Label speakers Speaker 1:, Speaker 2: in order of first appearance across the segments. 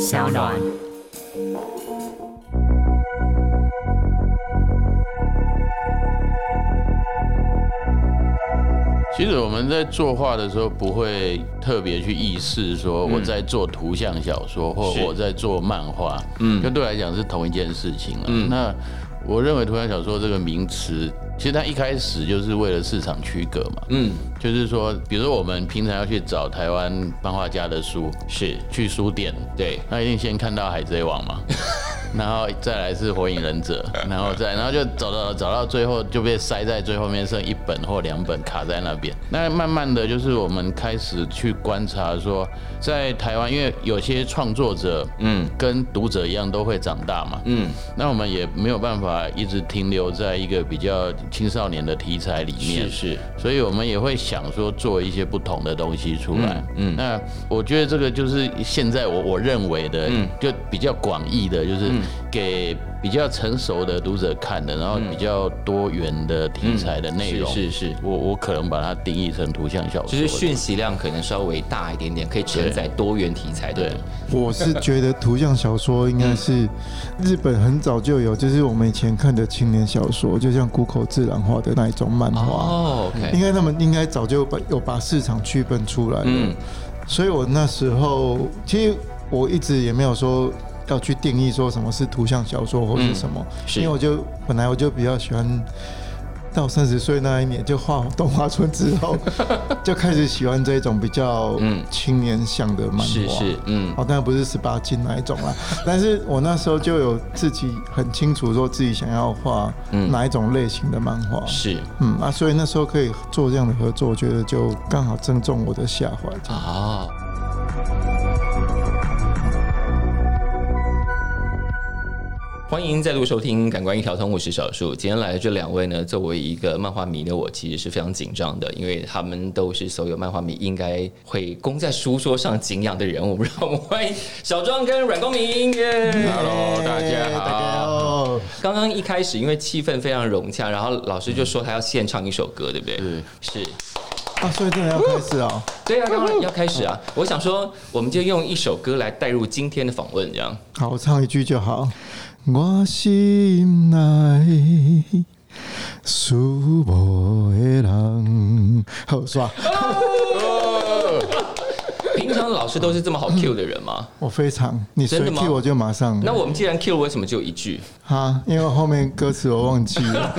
Speaker 1: 小暖。
Speaker 2: 其实我们在作画的时候，不会特别去意识说我在做图像小说或
Speaker 3: 是
Speaker 2: 我在做漫画，
Speaker 3: 嗯
Speaker 2: 嗯，就对我来讲是同一件事情啊。
Speaker 3: 嗯
Speaker 2: 那我认为图像小说这个名词，其实它一开始就是为了市场区隔嘛，
Speaker 3: 嗯，
Speaker 2: 就是说，比如说我们平常要去找台湾漫画家的书，
Speaker 3: 是
Speaker 2: 去书店，
Speaker 3: 对，
Speaker 2: 那一定先看到《海贼王》嘛，然后再来是《火影忍者》，然后再然后就找到找到最后就被塞在最后面，剩一本或两本卡在那边。那慢慢的就是我们开始去观察说，在台湾，因为有些创作者，
Speaker 3: 嗯
Speaker 2: 嗯，跟读者一样都会长大嘛，
Speaker 3: 嗯，
Speaker 2: 那我们也没有办法一直停留在一个比较青少年的题材里面
Speaker 3: 是，是，
Speaker 2: 所以我们也会想说做一些不同的东西出来。
Speaker 3: 嗯嗯
Speaker 2: 嗯，那我觉得这个就是现在我我认为的，
Speaker 3: 嗯
Speaker 2: 就比较广义的，就是给比较成熟的读者看的，然后比较多元的题材的内容。
Speaker 3: 嗯是是是
Speaker 2: 我我可能把它定义成图像小说。
Speaker 3: 就是讯息量可能稍微大一点点，可以承载多元题材的
Speaker 2: 对。
Speaker 4: 我是觉得图像小说应该是日本很早就有，就是我们以前看的青年小说，就像谷口自然画的那一种漫画，
Speaker 3: 哦
Speaker 4: 应
Speaker 3: ，OK，
Speaker 4: 该他们应该早就把有把市场区分出来了
Speaker 3: 嗯。
Speaker 4: 所以我那时候其实我一直也没有说要去定义说什么是图像小说或是什么，
Speaker 3: 嗯是
Speaker 4: 因为我就本来我就比较喜欢。到三十岁那一年，就画动画村之 后，就开始喜欢这种比较
Speaker 3: 嗯
Speaker 4: 青年向的漫画。
Speaker 3: 是是，嗯
Speaker 4: 哦，当然不是十八禁那一种啦，但是我那时候就有自己很清楚说自己想要画
Speaker 3: 嗯
Speaker 4: 哪一种类型的漫画，
Speaker 3: 是
Speaker 4: 嗯啊，所以那时候可以做这样的合作，我觉得就刚好正中我的下怀。这样
Speaker 3: 哦。欢迎再度收听《感官一条通》，我是小树。今天来的这两位呢，作为一个漫画迷的我，其实是非常紧张的，因为他们都是所有漫画迷应该会供在书桌上敬仰的人物。让我们欢迎小庄跟阮光明。耶
Speaker 2: Hello，大家好
Speaker 4: 哎大家好，
Speaker 3: 刚刚一开始因为气氛非常融洽，然后老师就说他要献唱一首歌，对不对？
Speaker 2: 是
Speaker 3: 是，
Speaker 4: 啊，所以真的要开始哦，
Speaker 3: 对啊，刚刚要开始啊。我想说，我们就用一首歌来带入今天的访问，这样。
Speaker 4: 好，我唱一句就好。我心内思慕的人，好刷，
Speaker 3: 平常老师都是这么好
Speaker 4: 嗯
Speaker 3: Q 的人吗？
Speaker 4: 我非常，你
Speaker 3: 真
Speaker 4: 随
Speaker 3: 的吗
Speaker 4: 替我就马上。
Speaker 3: 那我们既然 Q，为什么只有一句？
Speaker 4: 哈，因为后面歌词我忘记了。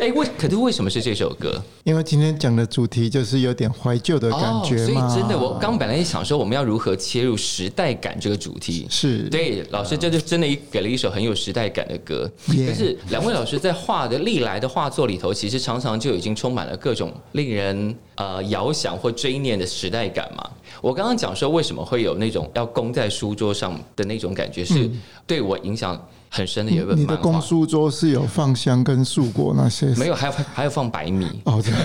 Speaker 3: 哎，为可是为什么是这首歌？
Speaker 4: 因为今天讲的主题就是有点怀旧的感觉
Speaker 3: 哦所以
Speaker 4: 嘛，
Speaker 3: 真的，我刚本来想说我们要如何切入时代感这个主题。
Speaker 4: 是
Speaker 3: 对，老师这就真的给了一首很有时代感的歌。
Speaker 4: 啊 Yeah
Speaker 3: 可是两位老师在画的历来的画作里头，其实常常就已经充满了各种令人呃遥想或追念的时代感嘛。我刚刚讲说为什么会有那种呃要供在书桌上的那种感觉，是对我影响很深的有一本
Speaker 4: 嗯你的
Speaker 3: 漫画
Speaker 4: 公，书桌是有放香跟素果那些
Speaker 3: 没有，还有还有放白米。
Speaker 4: 哦，这样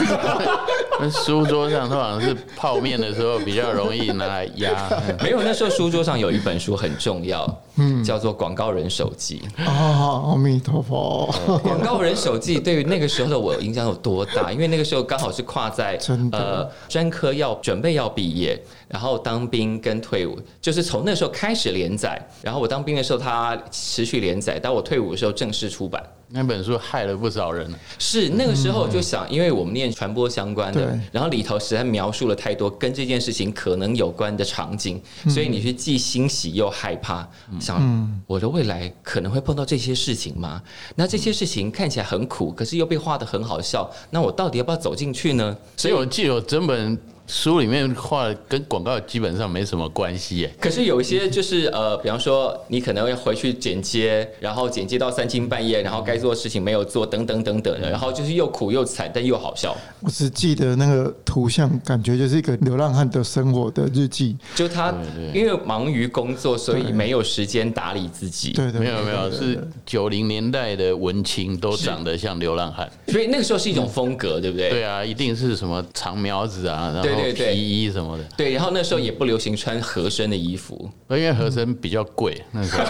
Speaker 2: 那书桌上通常是泡面的时候比较容易拿来 压。
Speaker 3: 没有，那时候书桌上有一本书很重要，
Speaker 4: 嗯
Speaker 3: 叫做《广告人手记》。
Speaker 4: 哦，阿弥陀佛，
Speaker 3: 广告人手记对于那个时候的我影响有多大？因为那个时候刚好是跨在
Speaker 4: 真的
Speaker 3: 呃专科要准备要毕业，然后当兵跟退伍，就是从那时候开始连载。然后我当兵的时候，它持续连载，到我退伍的时候正式出版。
Speaker 2: 那本书害了不少人，
Speaker 3: 是那个时候我就想，因为我们念传播相关的
Speaker 4: 对，
Speaker 3: 然后里头实在描述了太多跟这件事情可能有关的场景，所以你是既欣喜又害怕，想我的未来可能会碰到这些事情吗？那这些事情看起来很苦，可是又被画得很好笑，那我到底要不要走进去呢？
Speaker 2: 所以我记得我整本书里面画的跟广告基本上没什么关系耶。
Speaker 3: 可是有一些就是呃，比方说你可能要回去剪接，然后剪接到三更半夜，然后该做的事情没有做，等等等等的，然后就是又苦又惨，但又好笑。
Speaker 4: 我只记得那个图像，感觉就是一个流浪汉的生活的日记，
Speaker 3: 就他因为忙于工作，所以
Speaker 4: 对
Speaker 3: 没有时间打理自己。
Speaker 4: 对对，
Speaker 2: 没有没有，是九零年代的文青都长得像流浪汉。
Speaker 3: 所以那个时候是一种风格，对不对？
Speaker 2: 对啊，一定是什么长苗子啊，然
Speaker 3: 对
Speaker 2: 后
Speaker 3: 对对
Speaker 2: 皮衣什么的，
Speaker 3: 对然后那时候也不流行穿合身的衣服，
Speaker 2: 因为和
Speaker 3: 嗯
Speaker 2: 珅比较贵，那时候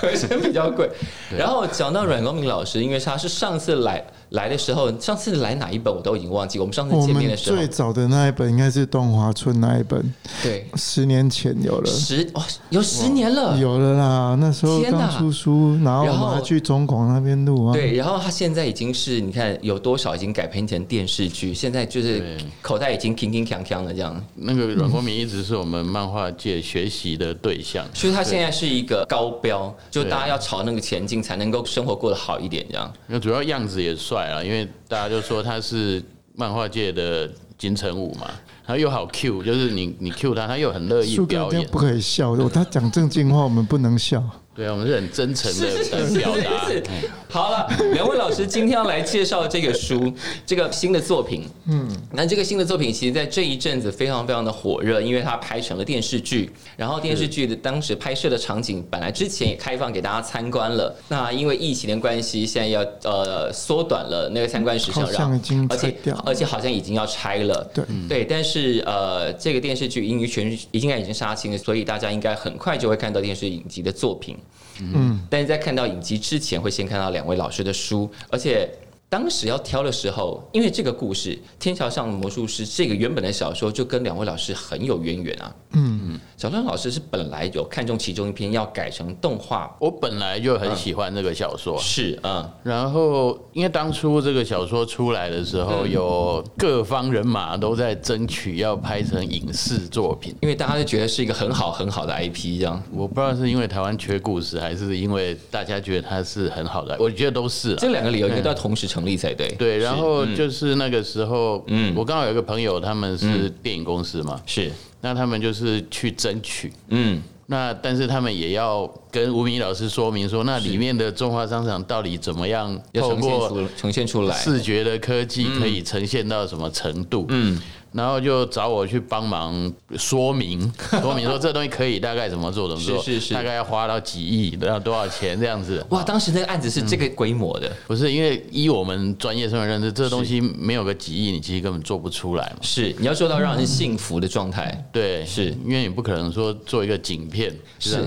Speaker 3: 合身比较贵。然后讲到阮光明老师，因为他是上次来来的时候，上次来哪一本我都已经忘记。我们上次
Speaker 4: 我
Speaker 3: 见面
Speaker 4: 们
Speaker 3: 的时候
Speaker 4: 最，早的那一本应该是东华村那一本，
Speaker 3: 对，
Speaker 4: 十年前有了。
Speaker 3: 十哇，有十年了。
Speaker 4: 有了啦，那时候
Speaker 3: 啊天哪
Speaker 4: 刚出书，然后我
Speaker 3: 然后
Speaker 4: 们还去中广那边录啊。
Speaker 3: 对，然后他现在已经是你看有多少已经改编成电视剧，现在就是
Speaker 2: 对
Speaker 3: 口袋已经铿铿锵锵的这样，
Speaker 2: 那个阮国明一直是我们漫画界学习的对象，
Speaker 3: 所以他现在是一个高标，就
Speaker 2: 对
Speaker 3: 大家要朝那个前进，才能够生活过得好一点这样。
Speaker 2: 那主要样子也帅啊，因为大家就说他是漫画界的金城武嘛，然后又好 Q，就是你你 Q 他，他又很乐意
Speaker 4: 树哥一
Speaker 2: 表
Speaker 4: 定
Speaker 2: 演
Speaker 4: 不。可以笑，我他讲正经话，我们不能笑。
Speaker 2: 对啊，我们是很真诚的在表达。
Speaker 3: 是嗯好了，两位老师今天要来介绍这个书，这个新的作品。嗯，那这个新的作品其实在这一阵子非常非常的火热，因为它拍成了电视剧，然后电视剧的当时拍摄的场景本来之前也开放给大家参观了，那因为疫情的关系，现在要呃缩短了那个参观时程，
Speaker 4: 好像
Speaker 3: 让
Speaker 4: 已经
Speaker 3: 而且
Speaker 4: 拆掉了
Speaker 3: 而且好像已经要拆了。
Speaker 4: 对
Speaker 3: 对，但是呃，这个电视剧《英语全》应该已经杀青了，所以大家应该很快就会看到电视影集的作品。嗯，但是在看到影集之前，会先看到两位老师的书，而且。当时要挑的时候，因为这个故事《天桥上的魔术师》这个原本的小说就跟两位老师很有渊源啊。嗯，小段老师是本来有看中其中一篇要改成动画，
Speaker 2: 我本来就很喜欢这个小说，
Speaker 3: 是嗯，
Speaker 2: 然后因为当初这个小说出来的时
Speaker 3: 嗯
Speaker 2: 候，有各方人马都在争取要拍成影视作品。
Speaker 3: 因为大家就觉得是一个很好很好的 IP 这样。
Speaker 2: 我不知道是因为台湾缺故事，还是因为大家觉得它是很好的，我觉得都是啦。
Speaker 3: 这两个理嗯由应该都要同时成立才对。
Speaker 2: 对，然后就是那个时候，嗯，我刚好有一个朋友，他们是
Speaker 3: 嗯
Speaker 2: 电影公司嘛，
Speaker 3: 是，
Speaker 2: 那他们就是去争取，
Speaker 3: 嗯，
Speaker 2: 那但是他们也要跟吴明老师说明说，那里面的中华商场到底怎么样
Speaker 3: 要
Speaker 2: 透
Speaker 3: 呈现
Speaker 2: 过
Speaker 3: 出呈现出来。
Speaker 2: 视觉的科技可以呈现到什么程度？嗯，然后就找我去帮忙说 明，说明说这东西可以大概怎么做，怎么做，
Speaker 3: 是是是
Speaker 2: 大概要花到几亿，要多少钱这样子。
Speaker 3: 哇，当时那个案子是这个规模的，
Speaker 2: 不是因为依我们专业上的认知，这东西没有个几亿，你其实根本做不出来嘛。
Speaker 3: 是你要做到让人幸福的状态。
Speaker 2: 对，
Speaker 3: 是
Speaker 2: 因为你不可能说做一个景片，
Speaker 3: 是，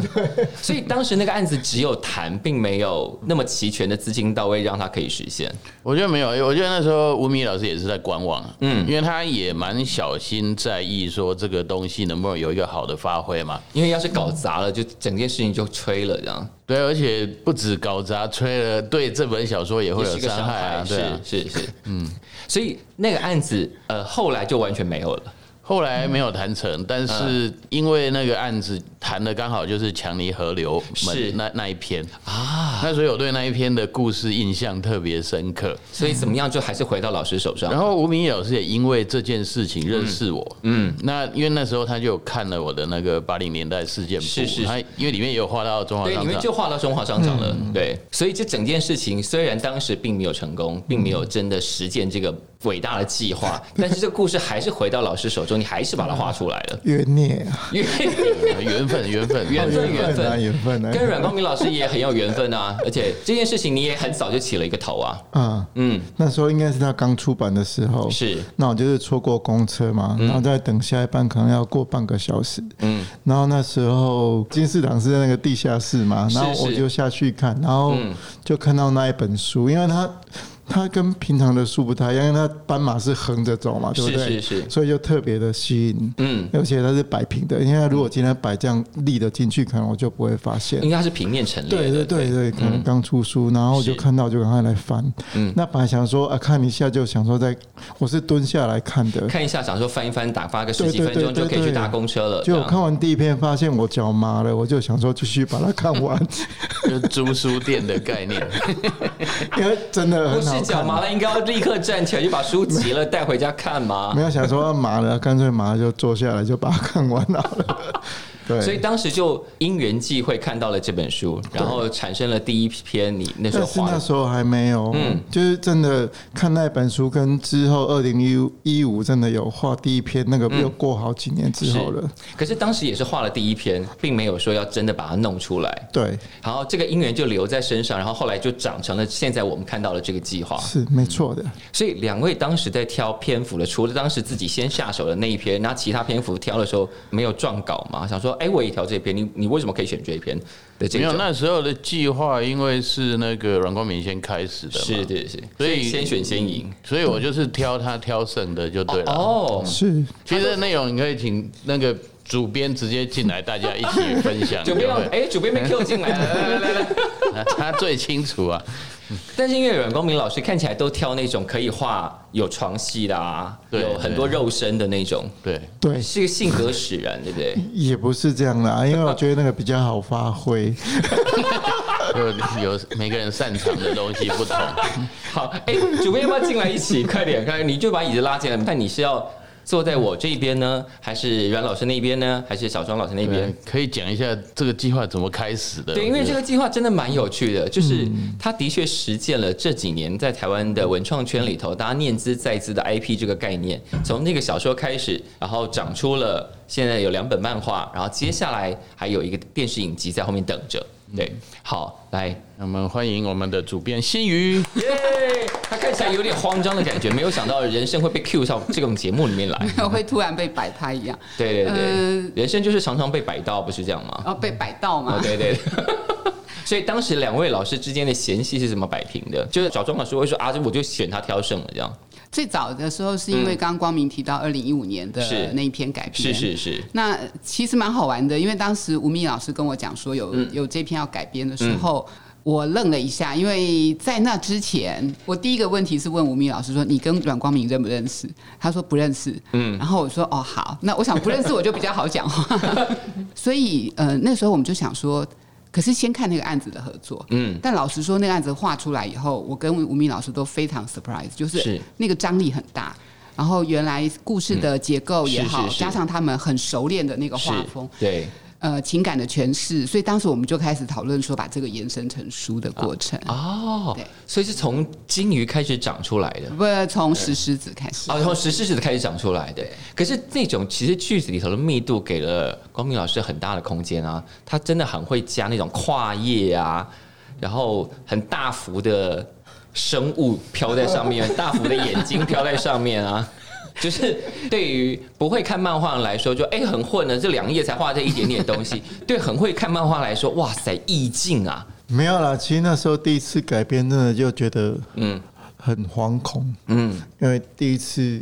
Speaker 3: 所以当时那个案子只有谈，并没有那么齐全的资金到位，让它可以实现。
Speaker 2: 我觉得没有，我觉得那时候吴米老师也是在观望，嗯，因为他也蛮小心在意说这个东西能不能有一个好的发挥嘛。
Speaker 3: 因为要是搞砸了，就整件事情就吹了，这样
Speaker 2: 对，而且不止搞砸吹了，对这本小说也会
Speaker 3: 也是
Speaker 2: 有
Speaker 3: 一个
Speaker 2: 伤
Speaker 3: 伤
Speaker 2: 害啊，对啊。
Speaker 3: 是是是，嗯，所以那个案子，呃，后来就完全没有了。
Speaker 2: 后来没有谈成，
Speaker 3: 嗯
Speaker 2: 但是因为那个案子谈的刚好就是强尼河流
Speaker 3: 是
Speaker 2: 门那那一篇啊，那所以我对那一篇的故事印象特别深刻。
Speaker 3: 所以怎么样，就还是回到老师手上。
Speaker 2: 然后吴明义老师也因为这件事情认识我，嗯，那因为那时候他就有看了我的那个八零年代事件簿，
Speaker 3: 是是是
Speaker 2: 他因为里面也有画到中华
Speaker 3: 对，
Speaker 2: 商
Speaker 3: 里面
Speaker 2: 场，
Speaker 3: 就画到中华商场
Speaker 2: 嗯
Speaker 3: 了。对，所以这整件事情虽然当时并没有成功，并没有真的实践这个伟大的 计划，但是这个故事还是回到老师手中，你还是把它画出来了。
Speaker 4: 越孽啊，
Speaker 3: 因为
Speaker 2: 呃缘分缘分
Speaker 3: 缘分
Speaker 4: 缘分啊，缘分啊，
Speaker 3: 跟阮光明老师也很有缘分啊，而且这件事情你也很早就起了一个头啊。
Speaker 4: 啊，嗯，那时候应该是他刚出版的时候，
Speaker 3: 是。嗯
Speaker 4: 那我就是错过公车嘛，然后再等下一班可能要过半个小时，嗯，然后那时候金市堂是在那个地下室嘛，
Speaker 3: 是
Speaker 4: 然后我
Speaker 3: 是嗯
Speaker 4: 就下去看，然后就看到那一本书，因为它它跟平常的书不太一样，因为它斑马是横着走嘛，对不
Speaker 3: 是是
Speaker 4: 对？
Speaker 3: 是
Speaker 4: 所以就特别的吸引，嗯，而且它是摆平的，因为它如果今天摆这样立的进去，可能我就不会发现
Speaker 3: 应。该是平面陈列
Speaker 4: 对对
Speaker 3: 的，嗯
Speaker 4: 对对，可能刚出书，然后我就是看到就赶快来翻。那本来想说啊，看一下就想说在，我是蹲下来看的。
Speaker 3: 看一下，想说翻一翻，打发个十几
Speaker 4: 对对
Speaker 3: 分钟
Speaker 4: 对
Speaker 3: 就
Speaker 4: 对
Speaker 3: 可以去
Speaker 4: 对
Speaker 3: 搭公车了。
Speaker 4: 就
Speaker 3: 这
Speaker 4: 我
Speaker 3: 样
Speaker 4: 看完第一篇，发现我脚麻了，我就想说继续把它看完，
Speaker 2: 就是租书店的概 念，
Speaker 4: 因为真的
Speaker 3: 不
Speaker 4: 很
Speaker 3: 是
Speaker 4: 好
Speaker 3: 讲
Speaker 4: 看。
Speaker 3: 麻了，应该要立刻站起来就把书集了带回家看吗
Speaker 4: 没？有想说啊麻了，干脆麻了就坐下来就把它看完好了。 对，
Speaker 3: 所以当时就因缘际会看到了这本书，然后产生了第一篇你那时候
Speaker 4: 但是
Speaker 3: 画
Speaker 4: 那
Speaker 3: 的。
Speaker 4: 时候还没有，嗯，就是真的看那本书跟之后二零一五一五真的有画第一篇，那个又过好几年之后了。
Speaker 3: 可嗯是当时也是画了第一篇，并没有说要真的把它弄出来。
Speaker 4: 对，
Speaker 3: 然后这个因缘就留在身上，然后后来就长成了现在我们看到的这个计划。
Speaker 4: 是没错的。
Speaker 3: 所以两位当时在挑篇幅的，除了当时自己先下手的那一篇，那其他篇幅挑的时候没有撞稿嘛？想说哎，我也挑这一篇，你你为什么可以选这一篇的这
Speaker 2: 没有
Speaker 3: 种？
Speaker 2: 那时候的计划，因为是那个阮光明先开始的嘛，
Speaker 3: 是对是，
Speaker 2: 所以
Speaker 3: 先选先赢。
Speaker 2: 所以我就是挑他挑剩的就对啊了。
Speaker 3: 哦，
Speaker 4: 是
Speaker 2: 其实内容你可以请那个主编直接进来，大家一起分 享，
Speaker 3: 主
Speaker 2: 对
Speaker 3: 编要
Speaker 2: 不对？
Speaker 3: 哎，主编被 Q 进来了，来来来来。
Speaker 2: 他最清楚啊。
Speaker 3: 但是因为阮光明老师看起来都挑那种可以画有床戏的啊，
Speaker 2: 对
Speaker 3: 有很多肉身的那种，
Speaker 2: 对，
Speaker 4: 对，
Speaker 3: 是个性格使然，对不对？
Speaker 4: 也不是这样 啦，因为我觉得那个比较好发挥。
Speaker 2: 就有每个人擅长的东西 不同。
Speaker 3: 好，哎、主编要不要进来一起？快点，快点，你就把椅子拉进来。但你是要坐在我这边呢，还是阮老师那边呢，还是小庄老师那边
Speaker 2: 对？，可以讲一下这个计划怎么开始的？
Speaker 3: 对，因为
Speaker 2: 我
Speaker 3: 这
Speaker 2: 觉得
Speaker 3: 个计划真的蛮有趣的，就是他的确实践了这几年在台湾的文创圈里头，大家念资在资的 IP 这个概念，从那个小说开始，然后长出了现在有两本漫画，然后接下来还有一个电视影集在后面等着。对，好，来，
Speaker 2: 我们欢迎我们的主编新宇。
Speaker 3: 耶！他看起来有点慌张的感觉，没有想到人生会被 Q 上这种节目里面来。
Speaker 1: 会突然被摆拍一样，
Speaker 3: 对对对
Speaker 1: 呃，
Speaker 3: 人生就是常常被摆到，不是这样吗？
Speaker 1: 然后被摆到
Speaker 3: 哦
Speaker 1: 嘛，。
Speaker 3: 对 对。对所以当时两位老师之间的嫌隙是怎么摆平的？就是小庄老师会说啊，这我就选他挑剩了这样。
Speaker 1: 最早的时候是因为刚刚光明提到二零一五年
Speaker 3: 嗯是
Speaker 1: 的那一篇改
Speaker 3: 是
Speaker 1: 编，
Speaker 3: 是是，
Speaker 1: 那其实蛮好玩的，因为当时吴敏老师跟我讲说有、
Speaker 3: 嗯
Speaker 1: 有这篇要改编的时候。我愣了一下，因为在那之前，我第一个问题是问吴敏老师说：“你跟阮光明认不认识？”他说不认识。嗯，然后我说：“哦，好，那我想不认识我就比较好讲话。”所以，呃，那时候我们就想说，可是先看那个案子的合作。嗯，但老实说，那个案子画出来以后，我跟吴敏老师都非常 surprise，就是
Speaker 3: 是
Speaker 1: 那个张力很大。然后原来故事的结构也
Speaker 3: 是是
Speaker 1: 好，
Speaker 3: 是
Speaker 1: 加上他们很熟练的那个
Speaker 3: 是
Speaker 1: 画风，，
Speaker 3: 对，
Speaker 1: 呃，情感的诠释，所以当时我们就开始讨论说把这个延伸成书的过程，
Speaker 3: 哦
Speaker 1: 对，
Speaker 3: 所以是从金鱼开始长出来的。
Speaker 1: 不是从石狮子开始
Speaker 3: 哦，。然后十四岁开始长出来的，可是那种其实句子里头的密度给了光明老师很大的空间啊，他真的很会加那种跨页啊，然后很大幅的生物飘在上面，大幅的眼睛飘在上面啊。就是对于不会看漫画的来说，就哎、很混了，这两页才画这一点点东西。对很会看漫画来说，哇塞意境啊，
Speaker 4: 没有啦，其实那时候第一次改编，真的就觉得嗯很惶恐，嗯，因为第一次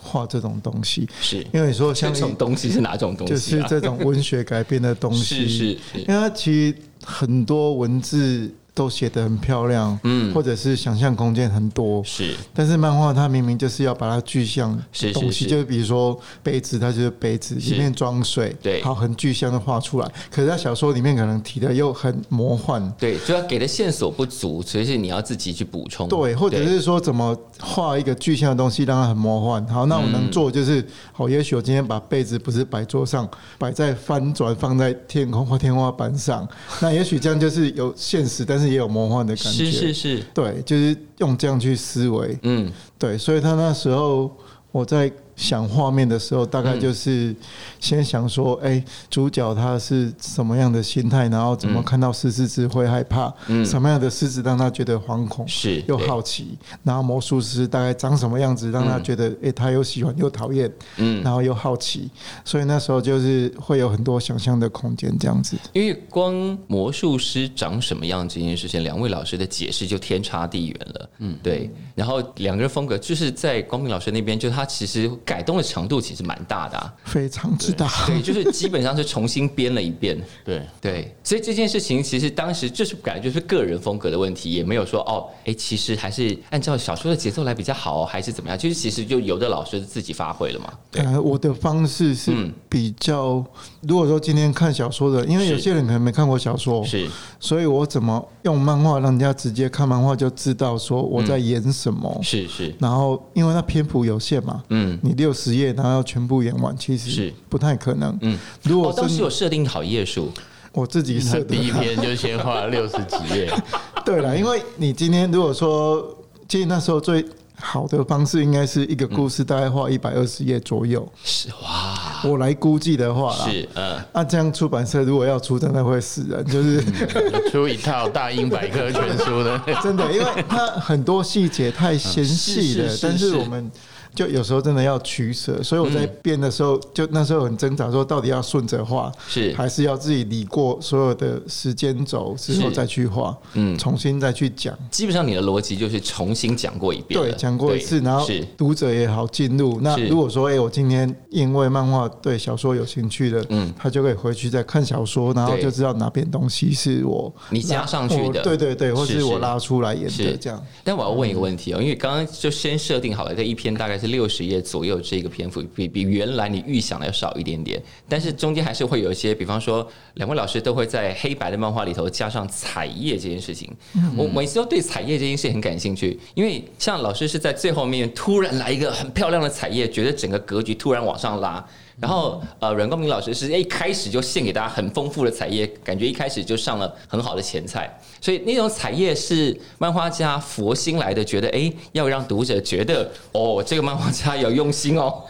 Speaker 4: 画这种东西，
Speaker 3: 是
Speaker 4: 因为你说
Speaker 3: 这
Speaker 4: 像
Speaker 3: 种东西是哪种东
Speaker 4: 就
Speaker 3: 西
Speaker 4: 是
Speaker 3: 啊？
Speaker 4: 这种文学改编的东西，
Speaker 3: 是是是
Speaker 4: 因为它其实很多文字都写得很漂亮，嗯，或者是想象空间很多，
Speaker 3: 是
Speaker 4: 但是漫画它明明就是要把它具象
Speaker 3: 是是
Speaker 4: 东西，
Speaker 3: 是
Speaker 4: 就是比如说杯子，它就是杯子里面装水，
Speaker 3: 对
Speaker 4: 好很具象的画出来。可是它小说里面可能提的又很魔幻，
Speaker 3: 对，就要给的线索不足，所以是你要自己去补充。
Speaker 4: 对，或者是说怎么画一个具象的东西让它很魔幻。好，那我能做
Speaker 3: 嗯
Speaker 4: 就是，好，也许我今天把被子不是摆桌上，摆在翻转放在天空或天花 板上，那也许这样就是有现实，但是也有魔幻的感觉。
Speaker 3: 是是是，
Speaker 4: 对，就是用这样去思维。
Speaker 3: 嗯，
Speaker 4: 对，所以他那时候我在想画面的时候，大
Speaker 3: 嗯
Speaker 4: 概就是先想说，哎、主角他是什么样的心态，然后怎
Speaker 3: 嗯
Speaker 4: 么看到狮子只会害怕，什么样的狮子让他觉得惶恐，
Speaker 3: 是
Speaker 4: 又
Speaker 3: 对嗯
Speaker 4: 好奇，然后魔术师大概长什么样子，让他觉得，哎、他又喜欢又讨厌，嗯，然后又好奇，所以那时候就是会有很多想象的空间，这样子。
Speaker 3: 因为光魔术师长什么样这件事情，两位老师的解释就天差地远了。嗯，对。然后两个人风格就是在光明老师那边，就他其实改动的程度其实蛮大的、 啊。
Speaker 4: 非常之大，
Speaker 3: 对，就是基本上是重新编了一遍。
Speaker 2: 对，
Speaker 3: 对，所以这件事情其实当时就是感觉就是个人风格的问题，也没有说哦，哎，其实还是按照小说的节奏来比较好，还是怎么样？就是其实就由着老师自己发挥了嘛。
Speaker 4: 呃，我的方式是比较，如果说今天看小说的，因为有
Speaker 3: 嗯是
Speaker 4: 些人可能没看过小说，
Speaker 3: 是
Speaker 4: 所以我怎么用漫画让人家直接看漫画就知道说我在演什么。
Speaker 3: 嗯是是，
Speaker 4: 然后，因为它篇幅有限嘛，
Speaker 3: 嗯。
Speaker 4: 你六十页然后要全部演完，其实
Speaker 3: 是
Speaker 4: 不太可能。
Speaker 3: 嗯，
Speaker 4: 如
Speaker 3: 我、
Speaker 4: 果
Speaker 3: 哦、当时
Speaker 4: 是
Speaker 3: 有设定好页数，
Speaker 4: 我自己
Speaker 2: 嗯他
Speaker 3: 哦
Speaker 4: 设
Speaker 2: 第
Speaker 4: 的，
Speaker 2: 一篇就先画六十几页，
Speaker 4: 对了，因为你今天如果说，其实那时候最好的方式应该是一个故事大概画一百二十页左右。
Speaker 3: 嗯是哇，
Speaker 4: 我来估计的话啦，
Speaker 3: 是嗯。
Speaker 4: 那这样出版社如果要出，真的会死人，就是
Speaker 3: 嗯
Speaker 2: 出一套大英百科 全书的。
Speaker 4: 真的，因为它很多细节太纤
Speaker 3: 是
Speaker 4: 细
Speaker 3: 是
Speaker 4: 了
Speaker 3: 是，
Speaker 4: 但是
Speaker 3: 是
Speaker 4: 我们就有时候真的要取舍。所以我在编的时候，就那时候很挣扎，说到底要顺着画，
Speaker 3: 嗯是
Speaker 4: 还是要自己理过所有的时间轴之后
Speaker 3: 是
Speaker 4: 再去画，
Speaker 3: 嗯
Speaker 4: 嗯，重新再去讲。
Speaker 3: 基本上你的逻辑就是重新讲过一遍了，
Speaker 4: 对，讲过一次，
Speaker 3: 对
Speaker 4: 然后
Speaker 3: 是
Speaker 4: 读者也好进入。那
Speaker 3: 是
Speaker 4: 如果说，哎、我今天因为漫画对小说有兴趣的，
Speaker 3: 嗯
Speaker 4: 嗯，他就可以回去再看小说，然后
Speaker 3: 对
Speaker 4: 就知道哪边东西是我
Speaker 3: 你加上去的
Speaker 4: 我哦对对对，或
Speaker 3: 是
Speaker 4: 是
Speaker 3: 是
Speaker 4: 我拉出来演
Speaker 3: 是
Speaker 4: 的这样。
Speaker 3: 但我要问一个问题哦，因为刚刚就先设定好了，这一篇大概是六十页左右，这个篇幅比比原来你预想的要少一点点，但是中间还是会有一些，比方说两位老师都会在黑白的漫画里头加上彩页这件事情。我每次都对彩页这件事很感兴趣，因为像老师是在最后面突然来一个很漂亮的彩页，觉得整个格局突然往上拉。然后，呃，阮光明老师是一开始就献给大家很丰富的彩页，感觉一开始就上了很好的前菜。所以那种彩页是漫画家佛心来的，觉得哎、诶要让读者觉得哦，这个漫画家有用心哦。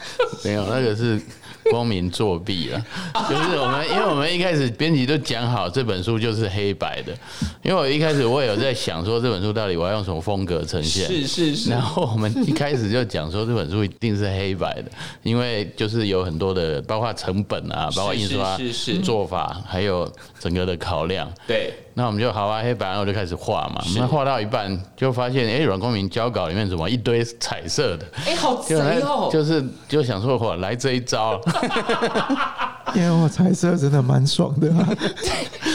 Speaker 2: 没有，那个是光明作弊了。就是我们，因为我们一开始编辑都讲好这本书就是黑白的，因为我一开始我也有在想说这本书到底我要用什么风格呈现。
Speaker 3: 是是是
Speaker 2: 然，后我们一开始就讲说这本书一定是黑白的，因为就是有很多的，包括成本啊，包括印刷
Speaker 3: 是是是
Speaker 2: 做法，还有整个的考量。
Speaker 3: 对，
Speaker 2: 那我们就好啊，黑白，然后我就开始画嘛。那画到一半就发现，哎、阮光明交稿里面怎么一堆彩色的？
Speaker 3: 哎、好贼
Speaker 2: 就来
Speaker 3: 哦，
Speaker 2: 就是就想说，我来这一招，
Speaker 4: 因为我彩色真的蛮爽的、啊，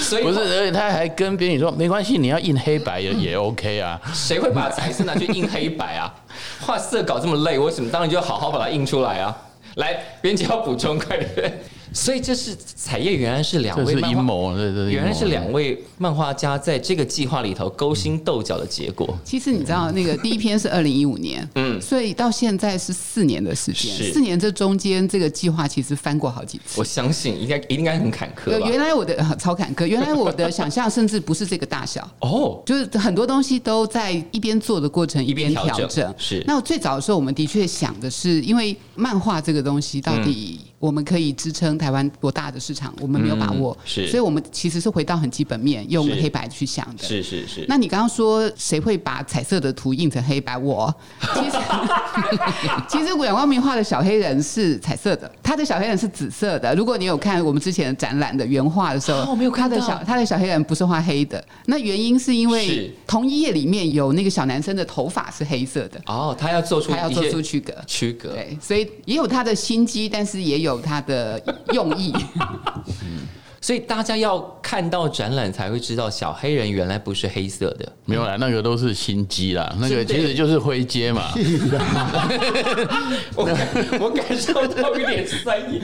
Speaker 3: 所以
Speaker 2: 不是，而且他还跟编辑说，没关系，你要印黑白也也 OK 啊。
Speaker 3: 谁会把彩色拿去印黑白 啊？画色稿这么累，为什么当然就好好把它印出来啊？来，编辑要补充，快点。所以这是彩页，原来是两
Speaker 2: 这
Speaker 3: 位
Speaker 2: 哦是
Speaker 3: 漫
Speaker 2: 阴
Speaker 3: 画
Speaker 2: 谋，这这
Speaker 3: 原来是两
Speaker 2: 位。
Speaker 3: 位漫画家在这个计划里头勾心斗角的结果。
Speaker 1: 其实你知道，那个第一篇是二零一五年，嗯，所以到现在是四年的时间
Speaker 3: 是。
Speaker 1: 四年这中间，这个计划其实翻过好几次
Speaker 3: 我。相信应该应该很坎坷
Speaker 1: 呃
Speaker 3: 吧？
Speaker 1: 原来我的呃超坎坷，原来我的想象甚至不是这个大 小，
Speaker 3: 哦，
Speaker 1: 就是很多东西都在一边做的过程
Speaker 3: 一边
Speaker 1: 边
Speaker 3: 调
Speaker 1: 调
Speaker 3: 整是
Speaker 1: 那我最早的时候，我们的确想的是，因为漫画这个东西到
Speaker 3: 嗯
Speaker 1: 底我们可以支撑台湾多大的市场，我们没有把握
Speaker 3: 嗯，是
Speaker 1: 所以我们其实是回到很基本面，用
Speaker 3: 是
Speaker 1: 黑白去想的。
Speaker 3: 是是是，
Speaker 1: 那你刚刚说谁会把彩色的图印成黑白？我其实 其实阮光明画的小黑人是彩色的，他的小黑人是紫色的。如果你有看我们之前展览的原画的时候，
Speaker 3: 哦没有看
Speaker 1: 他的
Speaker 3: 到
Speaker 1: 小他的小黑人不是画黑的。那原因是因为
Speaker 3: 是
Speaker 1: 同一页里面有那个小男生的头发是黑色的，
Speaker 3: 哦，他要做出
Speaker 1: 他要
Speaker 3: 一
Speaker 1: 做
Speaker 3: 些
Speaker 1: 出区隔。
Speaker 3: 区隔，
Speaker 1: 对，所以也有他的心机，但是也有他的用意。
Speaker 3: 所以大家要看到展览才会知道小黑人原来不是黑色的。
Speaker 2: 没有啦，那个都是心机啦，那个
Speaker 3: 真的
Speaker 2: 其实就是灰阶嘛。
Speaker 3: 我感我感受到有点 酸意。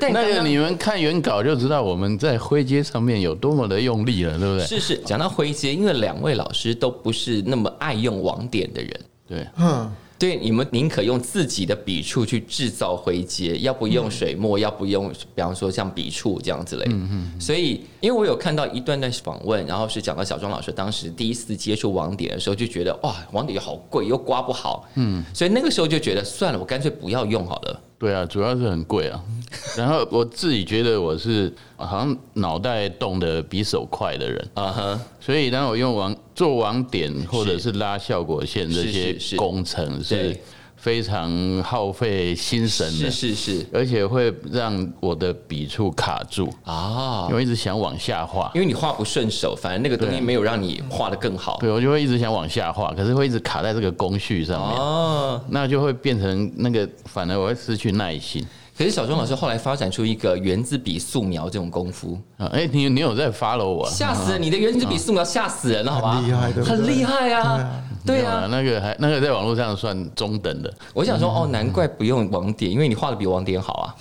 Speaker 3: 但
Speaker 2: 那
Speaker 3: 刚
Speaker 2: 个
Speaker 3: 刚
Speaker 2: 你们看原稿就知道我们在灰阶上面有多么的用力了，对不对？
Speaker 3: 是是讲到灰阶，因为两位老师都不是那么爱用网点的人。
Speaker 2: 对，
Speaker 4: 嗯，
Speaker 3: 对，你们宁可用自己的笔触去制造灰阶，要不用水墨，要不用，比方说像笔触这样之
Speaker 2: 嗯
Speaker 3: 类的。所以，因为我有看到一段段访问，然后是讲到小庄老师当时第一次接触网点的时候，就觉得哇，网点好贵，又刮不好。嗯，所以那个时候就觉得算了，我干脆不要用好了。
Speaker 2: 对啊，主要是很贵啊。 然后我自己觉得我是啊好像脑袋动得比手快的人，
Speaker 3: 啊哈，
Speaker 2: 所以当我用网做网点或者是拉效果线这
Speaker 3: 是是
Speaker 2: 些
Speaker 3: 是
Speaker 2: 工程是
Speaker 3: 对
Speaker 2: 非常耗费心神
Speaker 3: 是
Speaker 2: 的，
Speaker 3: 是是
Speaker 2: 而且会让我的笔触卡住，
Speaker 3: 啊
Speaker 2: 因，为我一直想往下画
Speaker 3: 因。为你画不顺手，反正那个东西
Speaker 2: 对
Speaker 3: 没有让你画的更好。
Speaker 2: 对，我就会一直想往下画，可是会一直卡在这个工序上面，
Speaker 3: 哦，
Speaker 2: 那就会变成那个，反而我会失去耐心
Speaker 3: 可是小庄老师后来发展出一个原子笔素描这种功夫，
Speaker 2: 啊！哎、你你有在 follow 我啊？
Speaker 3: 吓死人！你的原子笔素描吓死人了，好吧？
Speaker 4: 很厉害对不对
Speaker 3: 很厉害啊！对
Speaker 2: 没有
Speaker 3: 啊
Speaker 2: 啦，那个还那个在网络上算中等的，
Speaker 3: 我想说，
Speaker 4: 嗯
Speaker 3: 哦，难怪不用网点，因为你画的比网点好啊。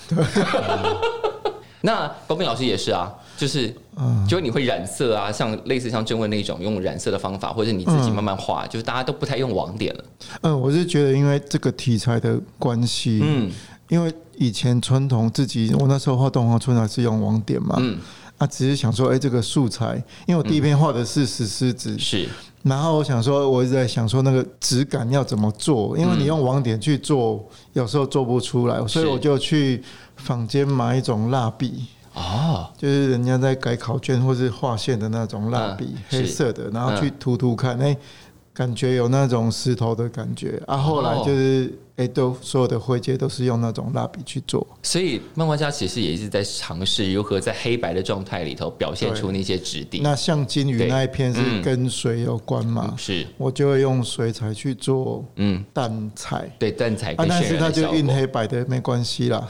Speaker 3: 那光斌老师也是啊，就是，
Speaker 4: 嗯
Speaker 3: 就你会染色啊，像类似像正问那种用染色的方法，或者你自己慢慢画，就是大家都不太用网点了。
Speaker 4: 嗯，我是觉得因为这个题材的关系，
Speaker 3: 嗯
Speaker 4: 嗯，因为以前传统自己，我那时候画动画春还是用网点嘛，嗯，啊，只是想说，哎、这个素材，因为我第一篇画的是石狮子，
Speaker 3: 是
Speaker 4: 然后我想说，我一直在想说那个质感要怎么做，因为你用网点去做，有时候做不出来，所
Speaker 3: 嗯
Speaker 4: 以
Speaker 3: 是
Speaker 4: 我就去坊间买一种蜡笔。
Speaker 3: 哦，
Speaker 4: 就是人家在改考卷或是画线的那种蜡笔
Speaker 3: 嗯，
Speaker 4: 黑色的，然后去涂涂看，哎、感觉有那种石头的感觉啊。后来
Speaker 3: 哦
Speaker 4: 就是哎、都所有的灰阶都是用那种蜡笔去做。
Speaker 3: 所以漫画家其实也一直在尝试如何在黑白的状态里头表现
Speaker 4: 对
Speaker 3: 出那些质地。
Speaker 4: 那像金鱼
Speaker 3: 对
Speaker 4: 那一片是
Speaker 3: 嗯
Speaker 4: 跟水有关嘛，
Speaker 3: 是，
Speaker 4: 我就会用水彩去做
Speaker 3: 嗯，
Speaker 4: 淡彩。
Speaker 3: 对，淡彩
Speaker 4: 啊
Speaker 3: 跟，
Speaker 4: 但
Speaker 3: 渲
Speaker 4: 是
Speaker 3: 染
Speaker 4: 它
Speaker 3: 的
Speaker 4: 就
Speaker 3: 效
Speaker 4: 印
Speaker 3: 果。
Speaker 4: 黑白的没关系啦，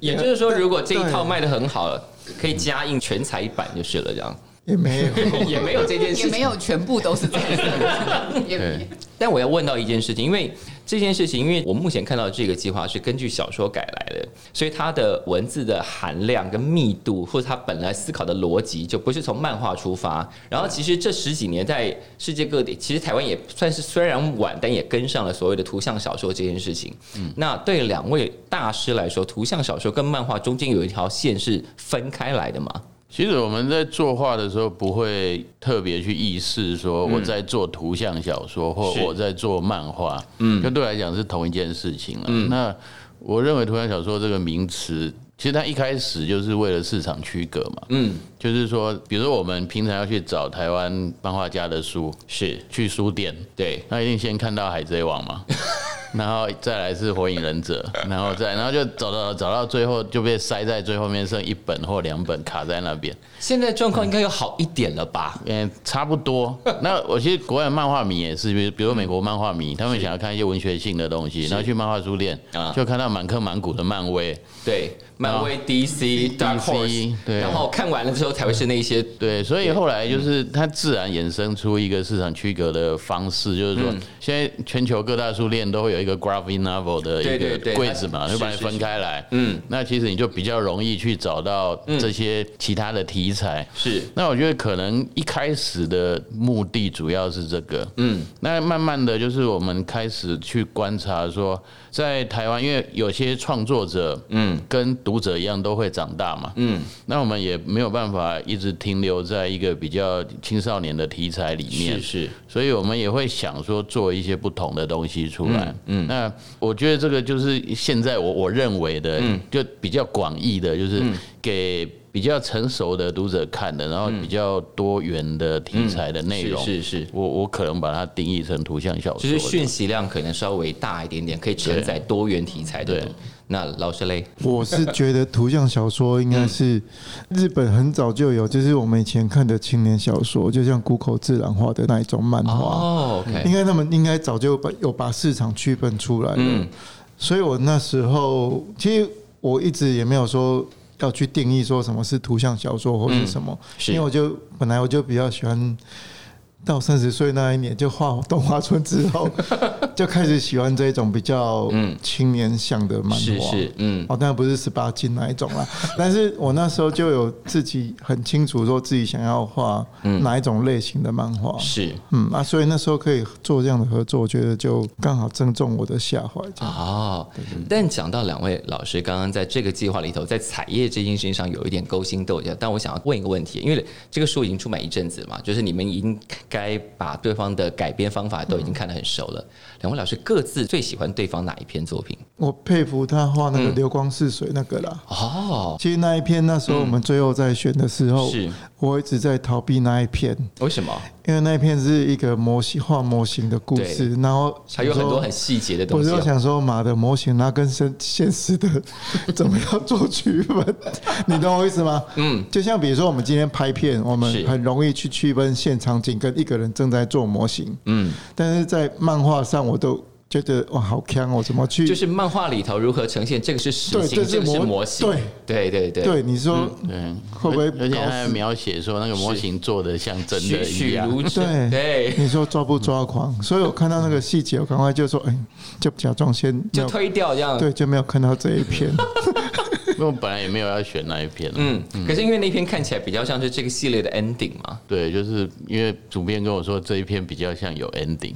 Speaker 3: 也就是说，如果这一套
Speaker 4: 对
Speaker 3: 卖的很好了，可以加印全彩版就是了，这样
Speaker 4: 也没有。
Speaker 3: 也没有这件
Speaker 1: 也
Speaker 3: 事情。
Speaker 1: 没有全部都是这样 子，也
Speaker 2: 对
Speaker 3: 但我要问到一件事情，因为这件事情，因为我目前看到这个计划是根据小说改来的，所以它的文字的含量跟密度，或者它本来思考的逻辑，就不是从漫画出发。然后其实这十几年在世界各地，其实台湾也算是虽然晚，但也跟上了所谓的图像小说这件事情。那对两位大师来说，图像小说跟漫画中间有一条线是分开来的嘛？
Speaker 2: 其实我们在作画的时候，不会特别去意识说我在做图像小说或
Speaker 3: 嗯是
Speaker 2: 我在做漫画，嗯，就对我来讲是同一件事情了。
Speaker 3: 嗯
Speaker 2: 那我认为图像小说这个名词，其实它一开始就是为了市场区隔嘛，
Speaker 3: 嗯，
Speaker 2: 就是说，比如说我们平常要去找台湾漫画家的书，
Speaker 3: 是
Speaker 2: 去书店，
Speaker 3: 对，
Speaker 2: 那一定先看到《海贼王》嘛， 然后再来是《火影忍者》，然后再然后就找到找到最后就被塞在最后面，剩一本或两本卡在那边，
Speaker 3: 现在状况应该有好一点了吧？
Speaker 2: 嗯，差不多。那我其实国外的漫画迷也是，比如比如美国漫画迷，他们想要看一些文学性的东西，然后去漫画书店
Speaker 3: 啊
Speaker 2: 就看到满坑满谷的漫威，
Speaker 3: 对，漫威、DC、Dark Horse，
Speaker 2: 对
Speaker 3: 然后看完了之后才会是那一些
Speaker 2: 对，所以后来就是它自然衍生出一个市场区隔的方式，就是说
Speaker 3: 嗯
Speaker 2: 现在全球各大书店都会有一个 graphic novel 的
Speaker 3: 对
Speaker 2: 一
Speaker 3: 对对
Speaker 2: 个柜子嘛，
Speaker 3: 它
Speaker 2: 就把你
Speaker 3: 是是
Speaker 2: 分开来。
Speaker 3: 嗯
Speaker 2: 嗯，那其实你就比较容易去找到这些其他的题材。
Speaker 3: 是
Speaker 2: 那我觉得可能一开始的目的主要是这个，
Speaker 3: 嗯
Speaker 2: 嗯，那慢慢的就是我们开始去观察说，在台湾，因为有些创作者，嗯，跟读者一样都会长大嘛，嗯，那我们也没有办法一直停留在一个比较青少年的题材里面，
Speaker 3: 是
Speaker 2: 所以我们也会想说做一些不同的东西出来。嗯，那我觉得这个就是现在我我认为的，
Speaker 3: 嗯
Speaker 2: 就比较广义的，就是给比较成熟的读者看的，然后比较多元的题材的内容。
Speaker 3: 嗯是是是
Speaker 2: 我我可能把它定义成图像小说。
Speaker 3: 就是讯息量可能稍微大一点点，可以承载多元题材的
Speaker 2: 对。
Speaker 3: 那老师嘞，
Speaker 4: 我是觉得图像小说应该是
Speaker 3: 嗯
Speaker 4: 日本很早就有，就是我们以前看的青年小说，就像谷口自然画的那一种漫画，
Speaker 3: 哦
Speaker 4: 应
Speaker 3: ，OK，
Speaker 4: 该他们应该早就把有把市场区分出来了
Speaker 3: 嗯。
Speaker 4: 所以我那时候其实我一直也没有说要去定义说什么是图像小说或是什么，
Speaker 3: 嗯是
Speaker 4: 因为我就本来我就比较喜欢。到三十岁那一年，就画动画村之 后，就开始喜欢这种比较
Speaker 3: 嗯
Speaker 4: 青年向的漫画。
Speaker 3: 是是，嗯，
Speaker 4: 哦，当然不是十八禁那一种啦， 但是我那时候就有自己很清楚说自己想要画
Speaker 3: 嗯
Speaker 4: 哪一种类型的漫画，
Speaker 3: 是
Speaker 4: 嗯啊，所以那时候可以做这样的合作，我觉得就刚好正中我的下怀。
Speaker 3: 哦。但讲到两位老师刚刚在这个计划里头，在彩页这件事情上有一点勾心斗角，但我想要问一个问题，因为这个书已经出版一阵子了嘛，就是你们应该把对方的改编方法都已经看得很熟
Speaker 4: 嗯
Speaker 3: 了。两位老师各自最喜欢对方哪一篇作品？
Speaker 4: 我佩服他画那个
Speaker 3: 嗯
Speaker 4: 流光似水那个啦。
Speaker 3: 哦，
Speaker 4: 其实那一篇那时候我们最后在选的时候，
Speaker 3: 是
Speaker 4: 我一直在逃避那一篇，
Speaker 3: 为什么？
Speaker 4: 因为那一篇是一个模型画模型的故事，然后
Speaker 3: 还有很
Speaker 4: 想说
Speaker 3: 多很细节的东
Speaker 4: 我
Speaker 3: 西
Speaker 4: 就
Speaker 3: 哦、
Speaker 4: 想说，马的模型它跟现现实的怎么样做 区分？你懂我意思吗？嗯，就像比如说我们今天拍片，我们
Speaker 3: 是
Speaker 4: 很容易去区分现场景跟一个人正在做模型，
Speaker 3: 嗯，
Speaker 4: 但是在漫画上我都觉得哇，好坑哦，怎么去？
Speaker 3: 就是漫画里头如何呈现这个是实
Speaker 4: 对
Speaker 3: 心，
Speaker 4: 这
Speaker 3: 这
Speaker 4: 是
Speaker 3: 个是
Speaker 4: 模
Speaker 3: 模型，对对对嗯
Speaker 4: 对你说
Speaker 2: 对，
Speaker 4: 会不会
Speaker 2: 嗯而而且
Speaker 4: 搞
Speaker 2: 他还
Speaker 4: 死
Speaker 2: 描写说那个模型做的像真
Speaker 3: 栩
Speaker 2: 的一
Speaker 3: 栩
Speaker 2: 样。
Speaker 3: 如生，
Speaker 4: 对
Speaker 3: 对，嗯
Speaker 4: 你说抓不抓狂？所以我看到那个细节，我赶快就说，哎，就假装先没
Speaker 3: 就
Speaker 4: 有，
Speaker 3: 推掉这样。
Speaker 4: 对，就没有看到这一 篇。
Speaker 2: 因为我本来也没有要选那一篇啊，
Speaker 3: 嗯，可是因为那篇看起来比较像是这个系列的 ending 嘛，
Speaker 2: 对，就是因为主编跟我说这一篇比较像有 ending。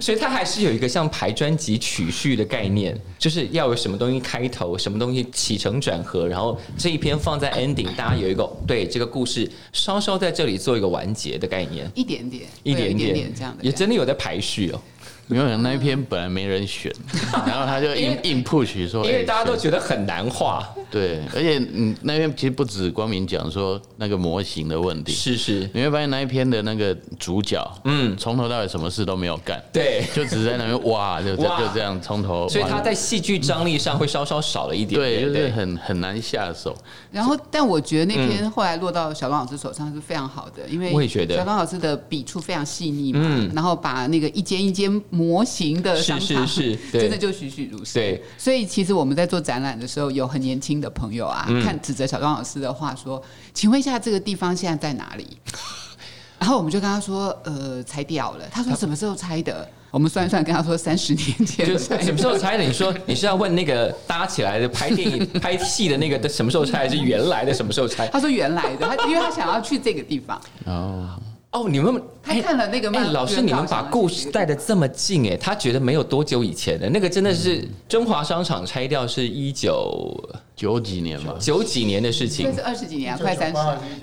Speaker 3: 所以它还是有一个像排专辑曲序的概念，就是要有什么东西开头，什么东西起承转合，然后这一篇放在 ending，大家有一个对这个故事稍稍在这里做一个完结的概念，
Speaker 1: 一点点，
Speaker 3: 一
Speaker 1: 会有
Speaker 3: 点
Speaker 1: 一点点这样的
Speaker 3: 也
Speaker 1: 感觉。
Speaker 3: 真的有在排序哦。
Speaker 2: 因为可能那一篇本来没人 选，然后他就硬硬 push 说，
Speaker 3: 因为
Speaker 2: 哎
Speaker 3: 大家都
Speaker 2: 选
Speaker 3: 觉得很难画，
Speaker 2: 对，而且嗯，那篇其实不止光明讲说那个模型的问题，
Speaker 3: 是是，
Speaker 2: 你会发现那一篇的那个主角，嗯，从头到尾什么事都没有干，
Speaker 3: 对，
Speaker 2: 就只是在那边哇，就这
Speaker 3: 哇
Speaker 2: 就这样从头，
Speaker 3: 所以他在戏剧张力上会稍稍少了一点，
Speaker 2: 对，
Speaker 3: 对，
Speaker 2: 就是很很难下手。
Speaker 1: 然后，但我觉得那篇后来落到小龙老师手上是非常好的，因
Speaker 3: 嗯
Speaker 1: 为
Speaker 3: 我也觉得嗯
Speaker 1: 小龙老师的笔触非常细腻嘛，然后把那个一间一间模型的商场，
Speaker 3: 是是 是对
Speaker 1: 真的就栩栩如生。
Speaker 3: 对，
Speaker 1: 所以其实我们在做展览的时候，有很年轻的朋友啊，
Speaker 3: 嗯
Speaker 1: 看指着小庄老师的话说：“请问一下，这个地方现在在哪里？” 然后我们就跟他说：“呃，拆掉了。”他说：“什么时候拆的？”我们算一算，跟他说三十年前
Speaker 3: 就
Speaker 1: 拆
Speaker 3: 什么时
Speaker 1: 的。
Speaker 3: 候拆的？你说你是要问那个搭起来的拍电 影、拍戏的那个什么时候拆，还是原来的什么时候拆？
Speaker 1: 他说：“原来的，他因为他想要去这个地方，
Speaker 2: 哦，
Speaker 3: 哦，你们
Speaker 1: 他看了那个
Speaker 3: 哎、
Speaker 1: 漫
Speaker 3: 老师，你们把故事带的这么近哎、他觉得没有多久以前的那个真的
Speaker 1: 嗯
Speaker 3: 是中华商场拆掉是一九
Speaker 2: 九几年吧，
Speaker 3: 九几年的事情
Speaker 1: 这，是二十几年啊，快三十。”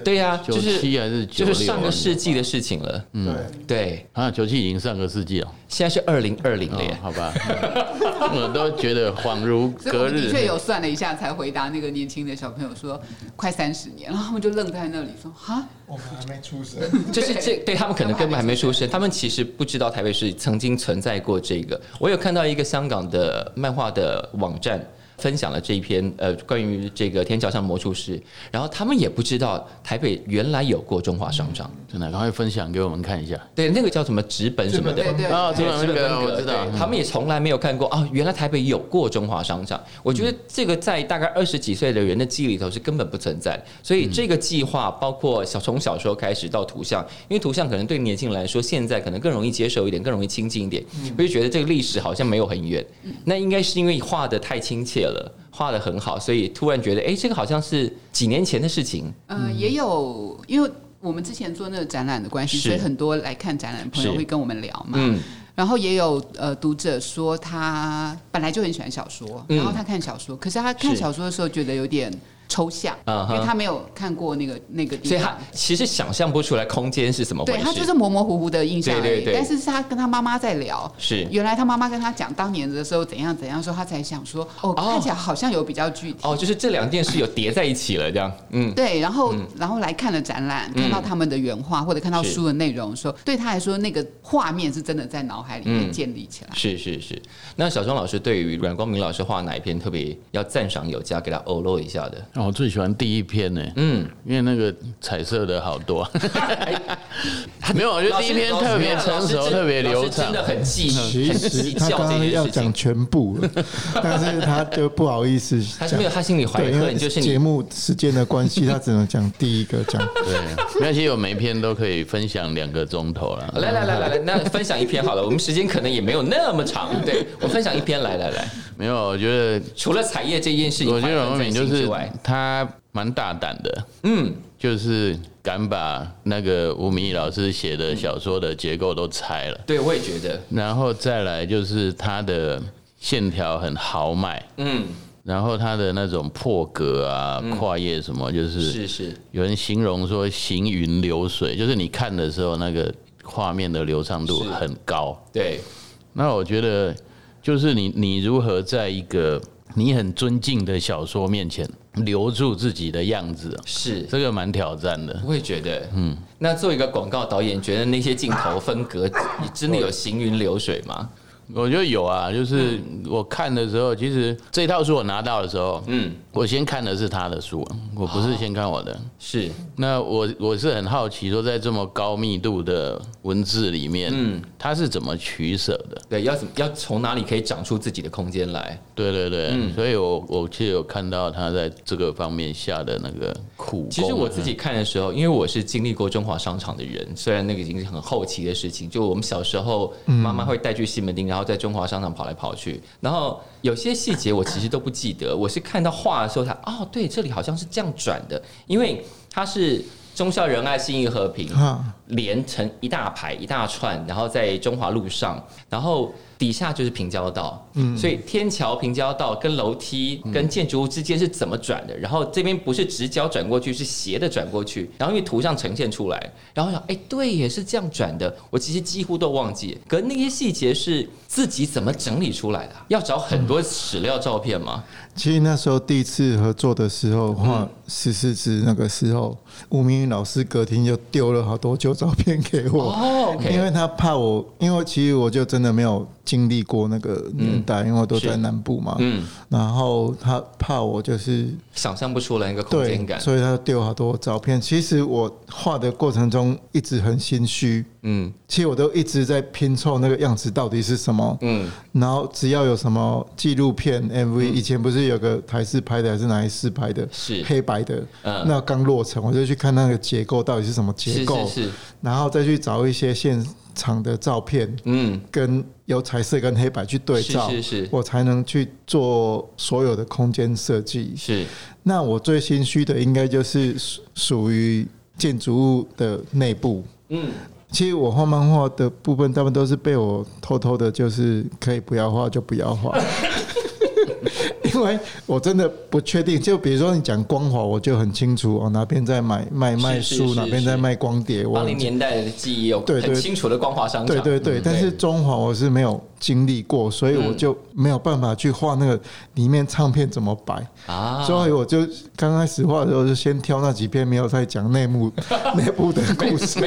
Speaker 3: 对呀、
Speaker 2: 九
Speaker 3: 就是
Speaker 2: 七还是九
Speaker 3: 就
Speaker 2: 六？
Speaker 3: 是上个世纪的事情了。嗯，
Speaker 4: 对，
Speaker 3: 对，
Speaker 2: 啊，九七已经上个世纪了，
Speaker 3: 现在是二零二零了
Speaker 2: 哦
Speaker 3: 耶，。
Speaker 2: 好吧， 我都觉得恍如
Speaker 1: 所以我
Speaker 2: 隔
Speaker 1: 们的
Speaker 2: 日
Speaker 1: 确。有算了一下，才回答那个年轻的小朋友说快三十年，然后他们就愣在那里说哈，
Speaker 4: 我们还没出生。
Speaker 3: 就是这对他们可能根本还没出生，他们其实不知道台北市曾经存在过这个。我有看到一个香港的漫画的网站。分享了这一篇呃关于这个天桥上魔术师，然后他们也不知道台北原来有过中华商场，
Speaker 2: 真的，赶快分享给我们看一下。
Speaker 3: 对那个叫什么纸本什么的
Speaker 1: 对，对对
Speaker 2: 啊，这
Speaker 3: 对哦
Speaker 2: 个那
Speaker 3: 资本
Speaker 2: 个
Speaker 3: 风格
Speaker 2: 我知道嗯
Speaker 3: 对，他们也从来没有看过啊、原来台北有过中华商场。我觉得这个在大概二十几岁的人的记忆里头是根本不存在的。所以这个计划包括小从小说开始到图像，因为图像可能对年轻人来说现在可能更容易接受一点，更容易亲近一点，
Speaker 2: 嗯
Speaker 3: 我就觉得这个历史好像没有很远。那应该是因为画的太亲切了。画的很好，所以突然觉得，哎、这个好像是几年前的事情。
Speaker 1: 呃，也有，因为我们之前做那个展览的关系，
Speaker 3: 是
Speaker 1: 所以很多来看展览的朋友
Speaker 3: 是
Speaker 1: 会跟我们聊嘛。
Speaker 3: 嗯，
Speaker 1: 然后也有呃读者说他本来就很喜欢小说，
Speaker 3: 嗯
Speaker 1: 然后他看小说，可是他看
Speaker 3: 是
Speaker 1: 小说的时候觉得有点抽象，
Speaker 3: 嗯哼
Speaker 1: 因为他没有看过那个那
Speaker 2: 嗯
Speaker 1: 个
Speaker 3: 所
Speaker 1: 地
Speaker 3: 以他
Speaker 1: 方。
Speaker 3: 其实想象不出来空间哦是怎么回
Speaker 1: 对
Speaker 3: 事。
Speaker 1: 他就是模模糊糊的印象而已，
Speaker 3: 对对对
Speaker 1: 但是是他跟他妈妈在聊，
Speaker 3: 是
Speaker 1: 原来他妈妈跟他讲当年的时候怎样怎样的时候，他才想说哦，看起来好像有比较具体。
Speaker 3: 哦，就是这两件事有叠在一起了，这样。嗯，
Speaker 1: 对，然后、然后来看了展览，看到他们的原画或者看到
Speaker 3: 是
Speaker 1: 书的内容的时候，对他来说，那个画面是真的在脑海里
Speaker 3: 嗯
Speaker 1: 面建立起来。
Speaker 3: 是是是。那小庄老师对于阮光明老师画哪一篇特别要赞赏有加，给他欧露一下的？
Speaker 2: 哦我最喜欢第一篇呢，
Speaker 3: 嗯，
Speaker 2: 因为那个彩色的好多。 没有，我觉得第一篇特别成熟，特别流畅嗯
Speaker 3: 真。的很记忆，
Speaker 4: 其
Speaker 3: 很
Speaker 4: 实
Speaker 3: 计
Speaker 4: 他
Speaker 3: 较
Speaker 4: 刚
Speaker 3: 这
Speaker 4: 刚
Speaker 3: 件
Speaker 4: 要
Speaker 3: 事
Speaker 4: 讲
Speaker 3: 情。
Speaker 4: 全部 了，但是他就不好意思
Speaker 3: 他是
Speaker 4: 讲
Speaker 3: 没有，。他心里怀
Speaker 4: 对，因为
Speaker 3: 恨，就是
Speaker 4: 节
Speaker 3: 你。
Speaker 4: 目时间的关系，他只能讲第一个讲。
Speaker 2: 对， 没有，其实我每一篇都可以分享两个钟头了。
Speaker 3: 来来来来来，那分享一篇好了，我们时间可能也没有那么长。 对我分享一篇，来来来，
Speaker 2: 没有，我觉得
Speaker 3: 除了彩叶这件事情，
Speaker 2: 我觉得阮光明就
Speaker 3: 怀恨在心
Speaker 2: 是
Speaker 3: 之外
Speaker 2: 他蛮大胆的，
Speaker 3: 嗯，
Speaker 2: 就是敢把那个吴明义老师写的小说的结构都拆了，
Speaker 3: 对我也觉得，
Speaker 2: 然后再来就是他的线条很豪迈，
Speaker 3: 嗯，
Speaker 2: 然后他的那种破格啊、跨页什么，就是
Speaker 3: 是是，
Speaker 2: 有人形容说行云流水，就是你看的时候那个画面的流畅度
Speaker 3: 是
Speaker 2: 很高。
Speaker 3: 对，
Speaker 2: 那我觉得，就是你你如何在一个你很尊敬的小说面前留住自己的样子，
Speaker 3: 是。
Speaker 2: 这个蛮挑战的。
Speaker 3: 我也觉得，嗯。那作为一个广告导演，觉得那些镜头分隔真的有行云流水吗？
Speaker 2: 我觉得有啊，就是我看的时候，其实这套书我拿到的时候，
Speaker 3: 嗯，
Speaker 2: 我先看的是他的书，我不是先看我的。
Speaker 3: 是
Speaker 2: 那我我是很好奇，说在这么高密度的文字里面，嗯，他是怎么取舍的？
Speaker 3: 对，要怎么要从哪里可以长出自己的空间来？
Speaker 2: 对对对，
Speaker 3: 嗯
Speaker 2: 所以我我其实有看到他在这个方面下的那个苦功。啊
Speaker 3: 其实我自己看的时候，因为我是经历过中华商场的人，虽然那个已经是很后期的事情，就我们小时候妈妈会带去西门町，然后在中华商场跑来跑去，然后有些细节我其实都不记得，我是看到画的时候才哦，对，这里好像是这样转的，因为它是忠孝仁爱信义和平，
Speaker 4: 哈，
Speaker 3: 连成一大排一大串，然后在中华路上，然后底下就是平交道，
Speaker 4: 嗯
Speaker 3: 所以天桥、平交道跟楼梯跟建筑物之间是怎么转的？然后这边不是直角转过去，是斜的转过去，然后因为图上呈现出来，然后想，哎、对耶，是这样转的，我其实几乎都忘记，可那些细节是自己怎么整理出来的啊、要找很多史料照片吗？
Speaker 4: 其实那时候第一次合作的时候，
Speaker 3: 嗯
Speaker 4: 画十四支那个时候，吴明宇老师隔天就丢了好多旧照片给我，
Speaker 3: 哦，OK
Speaker 4: 因为他怕我，因为其实我就真的没有经历过那个年代，因为我都在南部嘛，
Speaker 3: 嗯，
Speaker 4: 然后他怕我就是
Speaker 3: 想象不出来那个空间
Speaker 4: 对，
Speaker 3: 感。
Speaker 4: 所以他丢好多照片。其实我画的过程中一直很心虚，
Speaker 3: 嗯
Speaker 4: 其实我都一直在拼凑那个样子到底是什么，
Speaker 3: 嗯，
Speaker 4: 然后只要有什么纪录片、MV，、以前不是有个台视拍的还是哪一视拍的，
Speaker 3: 是
Speaker 4: 黑白的，
Speaker 3: 嗯
Speaker 4: 那刚落成，我就去看那个结构到底是什么结
Speaker 3: 是
Speaker 4: 构，
Speaker 3: 是是，
Speaker 4: 然后再去找一些现场的照片，
Speaker 3: 嗯，
Speaker 4: 跟有彩色跟黑白去对照，
Speaker 3: 是是是
Speaker 4: 我才能去做所有的空间设计。
Speaker 3: 是
Speaker 4: 那我最心虚的应该就是属属于建筑物的内部，
Speaker 3: 嗯
Speaker 4: 其实我画漫画的部分，大部分都是被我偷偷的，就是可以不要画就不 要画，因为我真的不确定。就比如说你讲光华，我就很清楚哦，哪边在买卖卖
Speaker 3: 是
Speaker 4: 书，
Speaker 3: 是
Speaker 4: 哪边
Speaker 3: 是
Speaker 4: 在卖光碟，我
Speaker 3: 八
Speaker 4: 很
Speaker 3: 零
Speaker 4: 清
Speaker 3: 年代的记忆有
Speaker 4: 对对
Speaker 3: 很清楚的光华商场，
Speaker 4: 对对对，
Speaker 3: 嗯
Speaker 4: 但是中华我是没有经历过，所以我就没有办法去画那个里面唱片怎么摆。
Speaker 3: 啊，
Speaker 4: 所以我就刚开始画的时候，就先挑那几篇没有在讲 内幕内部的故事。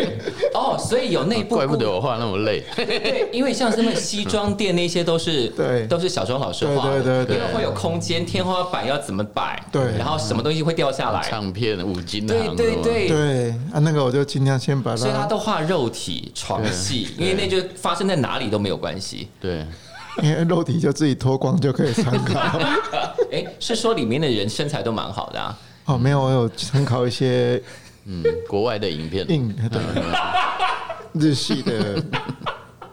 Speaker 3: 哦，所以有内
Speaker 2: 啊
Speaker 3: 部
Speaker 2: 怪不得
Speaker 3: 故
Speaker 2: 我画那么 累。
Speaker 3: 对，因为像什么西装店那些都是
Speaker 4: 对
Speaker 3: 都是小庄老师画的，
Speaker 4: 对对对对
Speaker 3: 因为会有空间，天花板要怎么摆，
Speaker 4: 对
Speaker 3: 然后什么东西会掉下来，
Speaker 2: 唱片五金
Speaker 3: 对
Speaker 2: 行，
Speaker 3: 对，对。
Speaker 4: 对啊，那个我就尽量先把
Speaker 3: 所以他
Speaker 4: 它，
Speaker 3: 都画肉体、床戏，因为那就发生在哪里都没有关系。
Speaker 2: 对，
Speaker 4: 因为肉体就自己脱光就可以参 考。
Speaker 3: 哎、是说里面的人身材都蛮好的啊，
Speaker 4: 哦，没有，我有参考一些
Speaker 2: 嗯，国外的影片，嗯
Speaker 4: 硬对日系的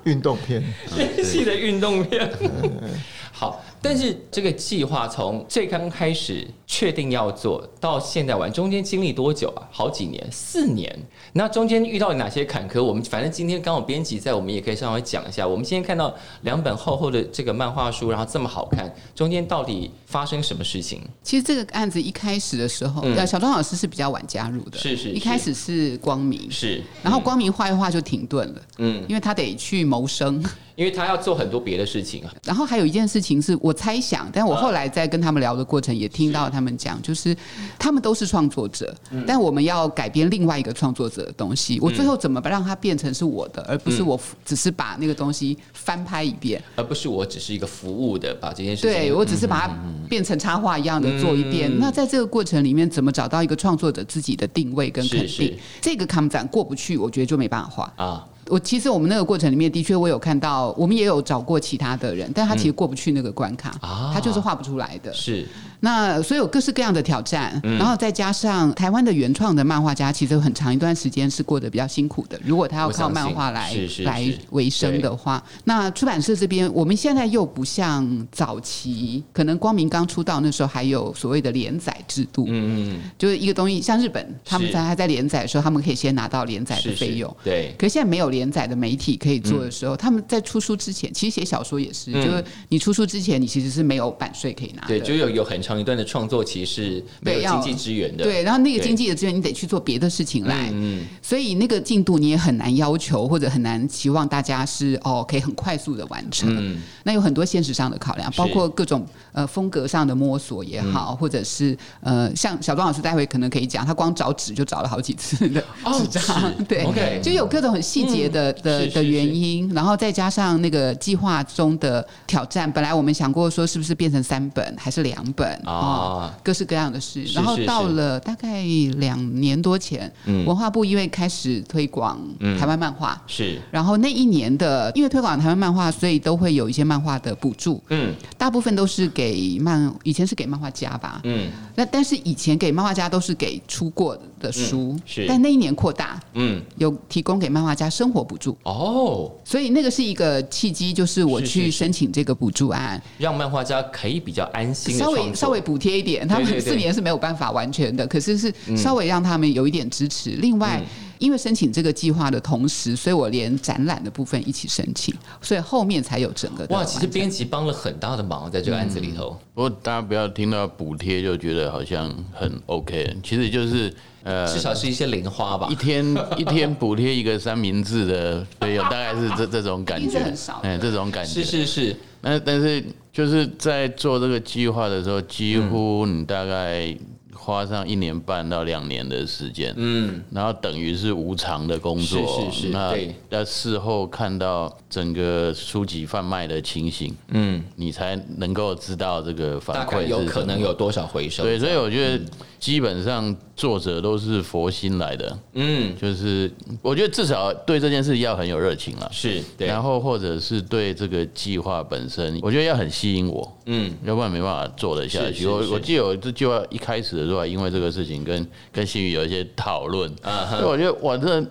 Speaker 4: 运动片。
Speaker 3: 日系的运动片。 好，但是这个计划从最刚开始确定要做到现在玩，中间经历多久啊？好几年，四年。那中间遇到哪些坎坷？我们反正今天刚好编辑在，我们也可以稍微讲一下。我们今天看到两本厚厚的这个漫画书，然后这么好看，中间到底发生什么事情？
Speaker 1: 其实这个案子一开始的时候，
Speaker 3: 嗯
Speaker 1: 呃，小庄老师是比较晚加入的，
Speaker 3: 是是
Speaker 1: 一开始是光明，
Speaker 3: 是，
Speaker 1: 然后光明画一画就停顿了，
Speaker 3: 嗯，
Speaker 1: 因为他得去谋生。
Speaker 3: 因为他要做很多别的事情啊。
Speaker 1: 然后还有一件事情是我猜想，但我后来在跟他们聊的过程也听到他们讲，就是他们都是创作者，
Speaker 3: 嗯
Speaker 1: 但我们要改编另外一个创作者的东西，我最后怎么让它变成是我的，而
Speaker 3: 嗯
Speaker 1: 不是我只是把那个东西翻拍一遍。
Speaker 3: 而不是我只是一个服务的，把这件事情
Speaker 1: 对我只是把它变成插画一样的做一遍。
Speaker 3: 嗯
Speaker 1: 那在这个过程里面，怎么找到一个创作者自己的定位跟肯定？
Speaker 3: 是是
Speaker 1: 这个抗战过不去，我觉得就没办法画。
Speaker 3: 啊，
Speaker 1: 我其实我们那个过程里面，的确我有看到，我们也有找过其他的人，但他其实过不去那个关卡，
Speaker 3: 啊
Speaker 1: 他就是画不出来的。
Speaker 3: 是
Speaker 1: 那所以有各式各样的挑战，
Speaker 3: 嗯
Speaker 1: 然后再加上台湾的原创的漫画家，其实有很长一段时间是过得比较辛苦的。如果他要
Speaker 3: 我相信
Speaker 1: 靠漫画来
Speaker 3: 是是
Speaker 1: 来
Speaker 3: 是
Speaker 1: 维生的话，那出版社这边我们现在又不像早期，可能光明刚出道那时候还有所谓的连载制度，
Speaker 3: 嗯嗯，
Speaker 1: 就是一个东西，像日本他们
Speaker 3: 是
Speaker 1: 在还在连载的时候，他们可以先拿到连载的
Speaker 3: 是
Speaker 1: 费用。
Speaker 3: 是对，嗯
Speaker 1: 可是现在没有连载的媒体可以做的时候，他们在出书之前，其实写小说也是，就是你出书之前，你其实是没有版税可以
Speaker 2: 啊
Speaker 1: 拿的。
Speaker 3: 对，就有有很长一段的创作期是没
Speaker 1: 对
Speaker 3: 有
Speaker 1: 要
Speaker 3: 经济支援的，
Speaker 1: 对，然后那个
Speaker 3: 对
Speaker 1: 经济的资源你得去做别的事情来，
Speaker 3: 嗯，
Speaker 1: 所以那个进度你也很难要求，或者很难期望大家是哦可以很快速的完成。
Speaker 3: 嗯
Speaker 1: 那有很多现实上的考量，
Speaker 3: 是嗯
Speaker 1: 包括各种呃风格上的摸索也好，或者是呃像小庄老师待会可能可以讲，他光找纸就找了好几次的
Speaker 3: 哦
Speaker 1: 纸张，
Speaker 3: 纸
Speaker 1: 对
Speaker 3: OK 嗯
Speaker 1: 就有各种很细节的、的
Speaker 3: 是是
Speaker 1: 的原因，然后再加上那个计划中的挑战，本来我们想过说是不是变成三本还是两本
Speaker 3: 啊
Speaker 2: 嗯
Speaker 1: 哦各式各样的事，
Speaker 3: 是
Speaker 1: 然后
Speaker 3: 是
Speaker 1: 到
Speaker 3: 是嗯
Speaker 1: 了大概两年多前，文化部因为开始推广台湾漫画。
Speaker 3: 是，
Speaker 1: 然后那一年的，因为推广台湾漫画，所以都会有一些漫画的补助，
Speaker 3: 嗯
Speaker 1: 大部分都是给漫，以前是给漫画家吧。
Speaker 3: 嗯
Speaker 1: 那但是以前给漫画家都是给出过的书，
Speaker 3: 嗯是
Speaker 1: 但那一年扩大，
Speaker 3: 嗯，
Speaker 1: 有提供给漫画家生活补助，
Speaker 3: 哦，
Speaker 1: 所以那个是一个契机，就是我
Speaker 3: 是是
Speaker 1: 去
Speaker 3: 是
Speaker 1: 申请这个补助案，
Speaker 3: 让漫画家可以比较安心的
Speaker 1: 稍微稍微补贴一点，他
Speaker 3: 对对嗯
Speaker 1: 们
Speaker 3: 对嗯
Speaker 1: 四年是没有办法完全的，可是是稍微让他们有一点支持。另外，因为申请这个计划的同时，所以我连展览的部分一起申请，所以后面才有整个的
Speaker 3: 哇，其实
Speaker 1: 完成
Speaker 3: 编辑帮了很大的忙，在这个案子里头。
Speaker 2: 不过大家不要听到补贴就觉得好像很 OK，其实就是呃，
Speaker 3: 至少是一些零花吧
Speaker 2: 一。 天一天补贴一个三明治的费用，大概是 这这种感
Speaker 1: 一定
Speaker 2: 觉
Speaker 1: 是很少，的
Speaker 2: 哎，这种感觉
Speaker 3: 是。是是，
Speaker 2: 那但是就是在做这个计划的时候，几乎你大概花上一年半到两年的时间，嗯，然后等于是无偿的工作，
Speaker 3: 是是是
Speaker 2: 那
Speaker 3: 对
Speaker 2: 要事后看到整个书籍贩卖的情形，嗯，你才能够知道这个
Speaker 3: 大
Speaker 2: 反
Speaker 3: 概
Speaker 2: 馈
Speaker 3: 有
Speaker 2: 是
Speaker 3: 可
Speaker 2: 什么
Speaker 3: 能有多少回收？
Speaker 2: 对，所以我觉
Speaker 3: 嗯
Speaker 2: 得基本上作者都是佛心来的，
Speaker 3: 嗯，
Speaker 2: 就是我觉得至少对这件事要很有热情了。
Speaker 3: 是对。
Speaker 2: 然后或者是对这个计划本身，我觉得要很吸引我，
Speaker 3: 嗯，
Speaker 2: 要不然没办法做得下
Speaker 3: 是
Speaker 2: 去。
Speaker 3: 是
Speaker 2: 我
Speaker 3: 是
Speaker 2: 我记得我这计划一开始的时候，还啊因为这个事情跟跟新宇有一些讨论，
Speaker 3: 啊哈
Speaker 2: 所以我觉得我这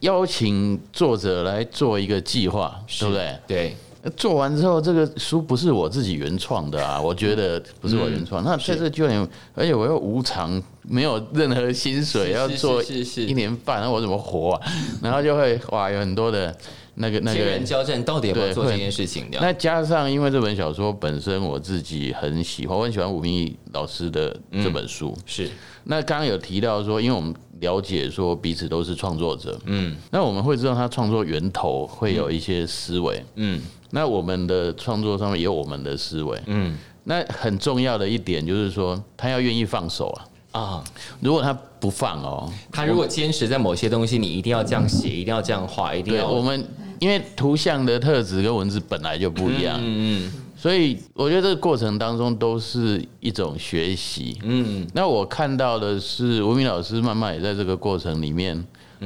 Speaker 2: 邀请作者来做一个计划，对不对？
Speaker 3: 对，
Speaker 2: 做完之后，这个书不是我自己原创的 啊，我觉得不是我原
Speaker 3: 嗯
Speaker 2: 创。那在这就很，而且我又无偿，没有任何薪水，
Speaker 3: 是
Speaker 2: 要做
Speaker 3: 是是是
Speaker 2: 一年半，那我怎么活 啊？然后就会哇，有很多的那个那
Speaker 3: 天
Speaker 2: 个
Speaker 3: 人。交战到底要不要
Speaker 2: 对
Speaker 3: 做
Speaker 2: 会
Speaker 3: 这件事情？这样
Speaker 2: 那加上，因为这本小说本身我自己很喜欢，我很喜欢吴明义老师的
Speaker 3: 嗯
Speaker 2: 这本书，
Speaker 3: 是
Speaker 2: 那刚刚有提到说，因为我们了解说彼此都是创作者，嗯，那我们会知道他创作源头会有一些思维，嗯，那我们的创作上面也有我们的思维，嗯，那很重要的一点就是说，他要愿意放手啊，
Speaker 3: 啊，
Speaker 2: 如果他不放哦，
Speaker 3: 他如果坚持在某些东西，你一定要这样写，一定要这样画，一定
Speaker 2: 对啊
Speaker 3: 要
Speaker 2: 我们，因为图像的特质跟文字本来就不一样，
Speaker 3: 嗯嗯
Speaker 2: 所以我觉得这个过程当中都是一种学习。嗯，那我看到的是吴敏老师慢慢也在这个过程里面，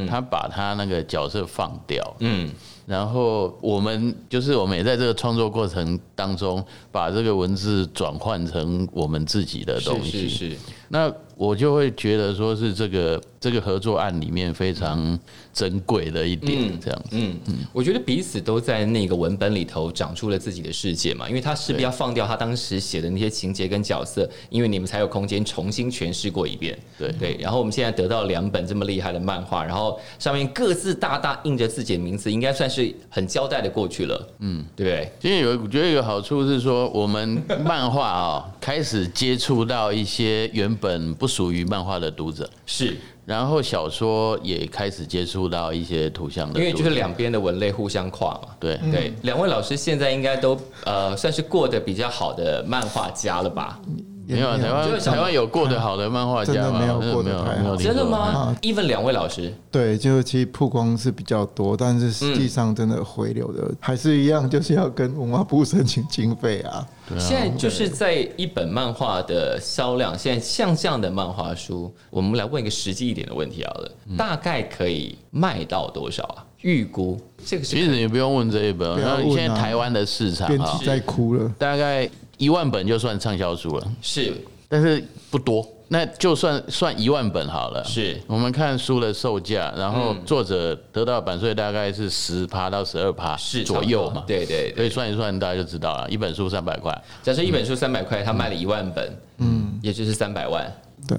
Speaker 2: 他把他那个角色放掉，
Speaker 3: 嗯，
Speaker 2: 然后我们就是我们也在这个创作过程当中，把这个文字转换成我们自己的东
Speaker 3: 是
Speaker 2: 西。
Speaker 3: 是是，
Speaker 2: 那我就会觉得说是这个这个合作案里面非常珍贵的一点，这样子。
Speaker 3: 嗯，我觉得彼此都在那个文本里头长出了自己的世界嘛，因为他势必要放掉他当时写的那些情节跟角色，因为你们才有空间重新诠释过一遍。
Speaker 2: 对
Speaker 3: 对，然后我们现在得到两本这么厉害的漫画，然后上面各自大大印着自己的名字，应该算是很交代的过去了。嗯，对不对？
Speaker 2: 其实有，我觉得有个好处是说，我们漫画啊、开始接触到一些原本不属于漫画的读者，
Speaker 3: 是
Speaker 2: 然后小说也开始接触到一些图像的读
Speaker 3: 因
Speaker 2: 者，
Speaker 3: 为就是两边的嗯文类互相跨嘛。
Speaker 2: 对。
Speaker 3: 对，两位老师现在应该都呃算是过得比较好的漫画家了吧？
Speaker 2: 没有啊台
Speaker 3: 就
Speaker 2: 湾，
Speaker 3: 是想
Speaker 2: 台湾有过得好的漫画家吗？
Speaker 4: 嗯真的没有
Speaker 2: 我
Speaker 4: 过
Speaker 2: 没
Speaker 4: 得
Speaker 2: 有，
Speaker 4: 太好
Speaker 2: 没有听
Speaker 3: 真的
Speaker 2: 过？
Speaker 3: 吗
Speaker 4: 啊
Speaker 3: ？even 两位老师，
Speaker 4: 对，就其实曝光是比较多，但是实际上真的回流
Speaker 3: 嗯
Speaker 4: 的、还是一样，就是要跟文化部申请经费 啊。
Speaker 3: 现在就是在一本漫画的销量，现在像这样的漫画书，我们来问一个实际一点的问题好了，
Speaker 1: 嗯
Speaker 3: 大概可以卖到多少啊？预估这个
Speaker 2: 其
Speaker 3: 是
Speaker 2: 实你不用问这一本，
Speaker 4: 不要
Speaker 2: 那
Speaker 4: 问啊
Speaker 2: 现在台湾的市场
Speaker 4: 编
Speaker 2: 啊
Speaker 4: 辑，在哭了，
Speaker 2: 大概一万本就算畅销书了。
Speaker 3: 是
Speaker 2: 但是不多。那就算算一万本好了，
Speaker 3: 是
Speaker 2: 我们看书的售价，然后
Speaker 4: 嗯
Speaker 2: 作者得到版税大概是十趴到十二趴
Speaker 3: 是
Speaker 2: 左右
Speaker 3: 差不
Speaker 2: 嘛
Speaker 3: 多，对对
Speaker 2: 所
Speaker 3: 对。
Speaker 2: 以算一算大家就知道了，一本书三百块，
Speaker 3: 假设一本书三百块，他卖了一万本，嗯，也就是三百万。
Speaker 4: 对，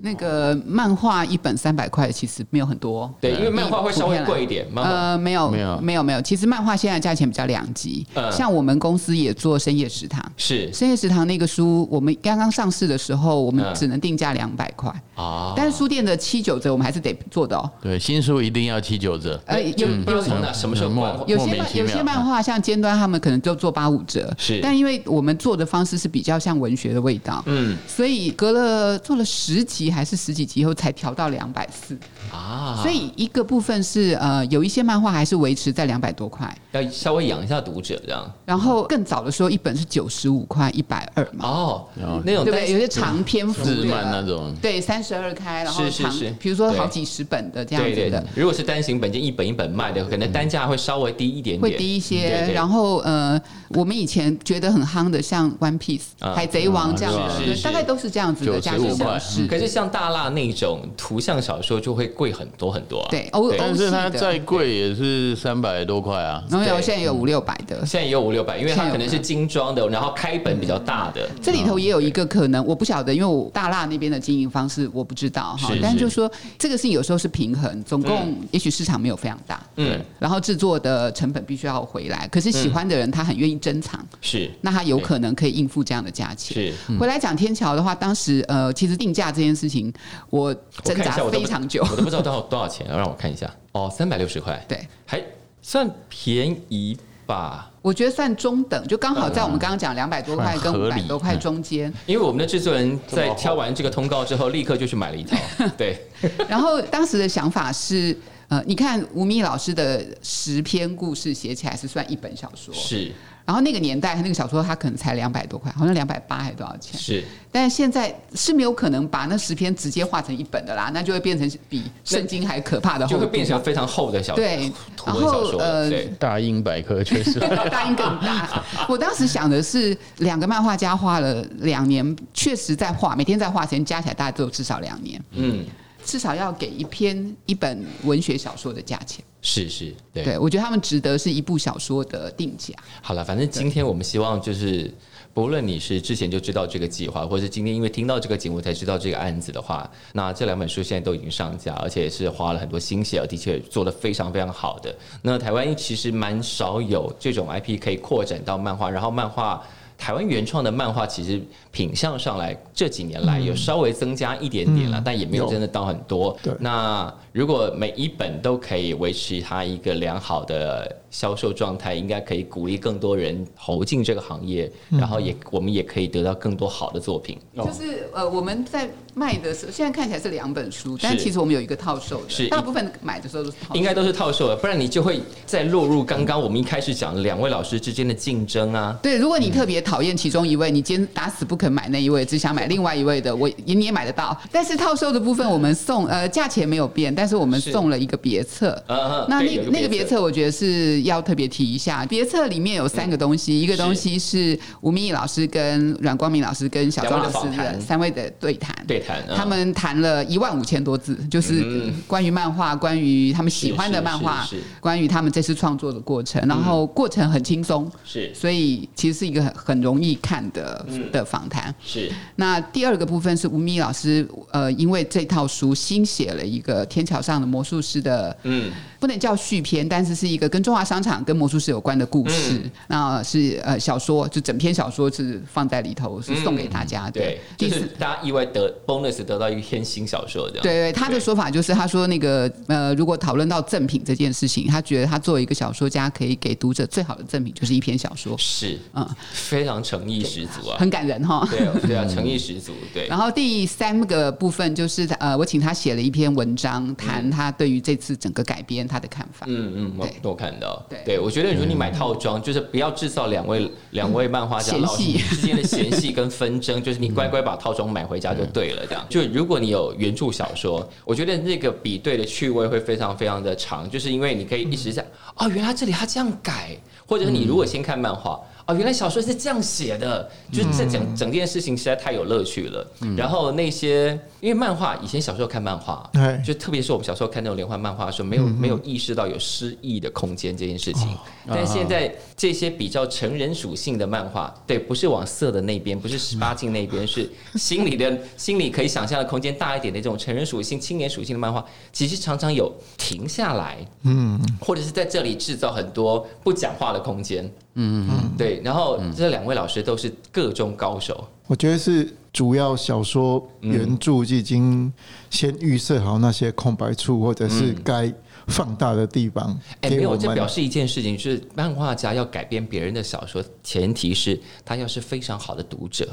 Speaker 1: 那个漫画一本三百块，其实没有很多、
Speaker 3: 对，因为漫画会稍微贵一点，漫画
Speaker 1: 呃，没有，
Speaker 2: 没有
Speaker 1: 没有，没有。其实漫画现在价钱比较两极，
Speaker 3: 嗯
Speaker 1: 像我们公司也做深夜食堂，
Speaker 3: 是
Speaker 1: 深夜食堂那个书，我们刚刚上市的时候，我们
Speaker 3: 嗯
Speaker 1: 只能定价两百块，
Speaker 3: 啊，
Speaker 1: 但是书店的七九折我们还是得做的哦。
Speaker 2: 对，新书一定要七九折，
Speaker 1: 呃，
Speaker 3: 就
Speaker 1: 有
Speaker 3: 不知道从哪什么时候
Speaker 2: 嗯
Speaker 3: 关
Speaker 2: 默
Speaker 1: 有
Speaker 2: 莫
Speaker 1: 些
Speaker 2: 名
Speaker 1: 漫
Speaker 2: 其
Speaker 1: 有
Speaker 2: 妙
Speaker 1: 些漫画像尖端，他们可能就做八五折，
Speaker 3: 是
Speaker 1: 但因为我们做的方式是比较像文学的味道，
Speaker 3: 嗯
Speaker 1: 所以隔了做了十集还是十几集以后才调到两百四，
Speaker 3: 啊，
Speaker 1: 所以一个部分是呃有一些漫画还是维持在两百多块，
Speaker 3: 要稍微养一下读者这样。
Speaker 1: 然后更早的时候一本是九十五块一百二嘛，
Speaker 3: 哦，那种
Speaker 1: 对不对？有些
Speaker 3: 单
Speaker 1: 长篇
Speaker 4: 啊
Speaker 1: 幅
Speaker 2: 日漫那
Speaker 1: 的，
Speaker 2: 种，
Speaker 1: 对，三十二开，然后
Speaker 3: 是是
Speaker 1: 长
Speaker 3: 是，
Speaker 1: 比如说
Speaker 3: 对
Speaker 1: 好几十本的这样
Speaker 3: 对
Speaker 1: 子
Speaker 3: 对
Speaker 1: 的
Speaker 3: 对。，如果是单行本，就一本一本卖的，可能单价会稍微低一点点，
Speaker 1: 会低一些，
Speaker 3: 对对
Speaker 1: 然后呃，我们以前觉得很夯的，像《One Piece
Speaker 3: 啊》、
Speaker 1: 海贼王》这样
Speaker 2: 啊
Speaker 1: 子
Speaker 3: 是是
Speaker 1: 对
Speaker 3: 是
Speaker 1: 大概都是这样子的价
Speaker 2: 95
Speaker 1: 格
Speaker 2: 块
Speaker 1: 模式。
Speaker 3: 可是像像大辣那种图像小说就会贵很多很多啊。
Speaker 1: 对，欧
Speaker 2: 但
Speaker 1: 欧系
Speaker 2: 是它
Speaker 1: 的，
Speaker 2: 再贵也是三百多块啊。
Speaker 1: 然后有
Speaker 3: 对
Speaker 1: 现在有五六百的，
Speaker 3: 现在也有五六百，因为它可能是精装的，然后开
Speaker 1: 嗯
Speaker 3: 本比较大的。
Speaker 1: 这里头也有一个可能，我不晓得，因为我大辣那边的经营方式我不知道哈
Speaker 3: 是，
Speaker 1: 但
Speaker 3: 是
Speaker 1: 就说这个事情有时候是平衡，总共也许市场没有非常大，
Speaker 3: 嗯，
Speaker 1: 然后制作的成本必须要回来，可是喜欢的人他很愿意珍藏，
Speaker 3: 是
Speaker 1: 那他有可能可以应付这样的价钱。
Speaker 3: 是，
Speaker 1: 回来讲天桥的话，当时呃，其实定价这件事情我
Speaker 3: 我
Speaker 1: 挣
Speaker 3: 看一
Speaker 1: 扎
Speaker 3: 下，我都
Speaker 1: 非
Speaker 3: 不
Speaker 1: 常久，
Speaker 3: 我都不知道多少多少钱，让我看一下。哦，三百六十块，
Speaker 1: 对。
Speaker 3: 还算便宜吧？
Speaker 1: 我觉得算中等，就刚好在我们刚刚讲两百多块
Speaker 2: 算
Speaker 1: 跟
Speaker 2: 合
Speaker 1: 五
Speaker 2: 理
Speaker 1: 百多块中间。
Speaker 3: 因为我们的制作人在挑完这个通告之后，立刻就去买了 一套。对，
Speaker 1: 然后当时的想法是，呃，你看吴宓老师的十篇故事写起来是算一本小说，
Speaker 3: 是
Speaker 1: 然后那个年代那个小说它可能才两百多块，好像两百八还多少钱，
Speaker 3: 是，
Speaker 1: 但是现在是没有可能把那十篇直接画成一本的啦，那就会变成比圣经还可怕的
Speaker 3: 就
Speaker 1: 厚
Speaker 3: 会
Speaker 1: 度，
Speaker 3: 变成非常厚的小
Speaker 1: 对
Speaker 3: 图
Speaker 1: 然
Speaker 3: 文小
Speaker 1: 后
Speaker 3: 说了。
Speaker 1: 呃
Speaker 3: 对，
Speaker 2: 大英百科确 实
Speaker 1: 大音更大。 我当时想的是，两个漫画家画了两年，确实在画，每天在画，时间加起来大概都有至少两年，
Speaker 3: 嗯，
Speaker 1: 至少要给一篇一本文学小说的价钱。
Speaker 3: 是是，对。
Speaker 1: 对，我觉得他们值得是一部小说的定价。
Speaker 3: 好了，反正今天我们希望就是，不论你是之前就知道这个计划，或是今天因为听到这个节目才知道这个案子的话，那这两本书现在都已经上架，而且也是花了很多心血，的确做的非常非常好的。那台湾其实蛮少有这种 IP 可以扩展到漫画，然后漫画。台湾原创的漫画其实品相上来这几年来有稍微增加一点点了，但也没嗯有
Speaker 4: 有
Speaker 3: 真的到很多。
Speaker 4: 对
Speaker 3: 那如果每一本都可以维持它一个良好的销售状态，应该可以鼓励更多人投进这个行业，
Speaker 1: 嗯
Speaker 3: 然后也我们也可以得到更多好的作品。
Speaker 1: 就是呃，我们在卖的时候，现在看起来是两本书，但
Speaker 3: 是
Speaker 1: 其实我们有一个套售的，
Speaker 3: 是
Speaker 1: 大部分买的时候都是套售。
Speaker 3: 应该都是套售了，不然你就会再落入刚刚我们一开始讲的两位老师之间的竞争啊。
Speaker 1: 对，如果你特别讨厌其中一位，你今天打死不肯买那一位，只想买另外一位的，我也你也买得到。但是套售的部分，我们送呃价钱没有变，但是我们
Speaker 3: 是
Speaker 1: 送了一个别册。
Speaker 3: 呃
Speaker 1: 那
Speaker 3: 对
Speaker 1: 那
Speaker 3: 有
Speaker 1: 个那个别册，我觉得是要特别提一下。别册里面有三个东西，一个东西是吴明义老师跟阮光明老师跟小庄老师
Speaker 3: 两位的访
Speaker 1: 的
Speaker 3: 谈
Speaker 1: 三位的对谈。
Speaker 3: 对谈，嗯
Speaker 1: 他们谈了一万五千多字，就是关于漫画，关于他们喜欢的漫画
Speaker 3: 是是是是，嗯
Speaker 1: 关于他们这次创作的过程。然后过程很轻松，
Speaker 3: 是嗯
Speaker 1: 所以其实是一个很很容易看的的访谈。
Speaker 3: 是
Speaker 1: 那第二个部分是吴米老师，呃，因为这套书新写了一个《天桥上的魔术师》的，
Speaker 3: 嗯
Speaker 1: 不能叫续篇，但是是一个跟中华商场跟魔术师有关的故事。
Speaker 3: 嗯
Speaker 1: 那是呃小说，就整篇小说是放在里头，是送给大家
Speaker 3: 嗯
Speaker 1: 的。
Speaker 3: 对，
Speaker 1: 第
Speaker 3: 就
Speaker 1: 四
Speaker 3: 是大家意外得 bonus 得到一篇新小说这样。
Speaker 1: 对对，他的
Speaker 3: 对
Speaker 1: 说法就是，他说那个呃，如果讨论到赠品这件事情，他觉得他作为一个小说家，可以给读者最好的赠品就是一篇小说，
Speaker 3: 是
Speaker 1: 嗯
Speaker 3: 非常诚意十足啊。
Speaker 1: 很感人哈。
Speaker 3: 对哦对啊，诚意十足。对，
Speaker 1: 然后第三个部分就是呃，我请他写了一篇文章，谈他对于这次整个改编他的看法。
Speaker 3: 嗯嗯，我
Speaker 1: 对
Speaker 3: 我看到，
Speaker 1: 对
Speaker 3: 我觉得如果你买套装，就是不要制造两位两位漫画家
Speaker 1: 嫌
Speaker 3: 老师
Speaker 1: 隙
Speaker 3: 之间的嫌隙跟纷争，就是你乖乖把套装买回家就对了，这
Speaker 1: 嗯
Speaker 3: 样。就如果你有原著小说，我觉得那个比对的趣味会非常非常的长，就是因为你可以一直
Speaker 1: 嗯
Speaker 3: 想，哦，原来这里他这样改，或者你如果先看漫画。哦，原来小说是这样写的，就是这整整件事情实在太有乐趣了。然后那些，因为漫画以前小时候看漫画，
Speaker 4: 对
Speaker 3: 就特别是我们小时候看那种连环漫画的时候，没有、没有意识到有诗意的空间这件事情。但现在这些比较成人属性的漫画，对，不是往色的那边，不是十八禁那边，是心理的心理可以想象的空间大一点的这种成人属性、青年属性的漫画，其实常常有停下来，
Speaker 4: 嗯，
Speaker 3: 或者是在这里制造很多不讲话的空间。嗯，对。然后这两位老师都是各中高手。
Speaker 4: 我觉得是主要小说原著就已经先预设好那些空白处，或者是该放大的地方
Speaker 3: 哎、没
Speaker 4: 给我
Speaker 3: 有，这
Speaker 4: 们
Speaker 3: 表。示一件事情，就是漫画家要改编别人的小说，前提是他要是非常好的读者，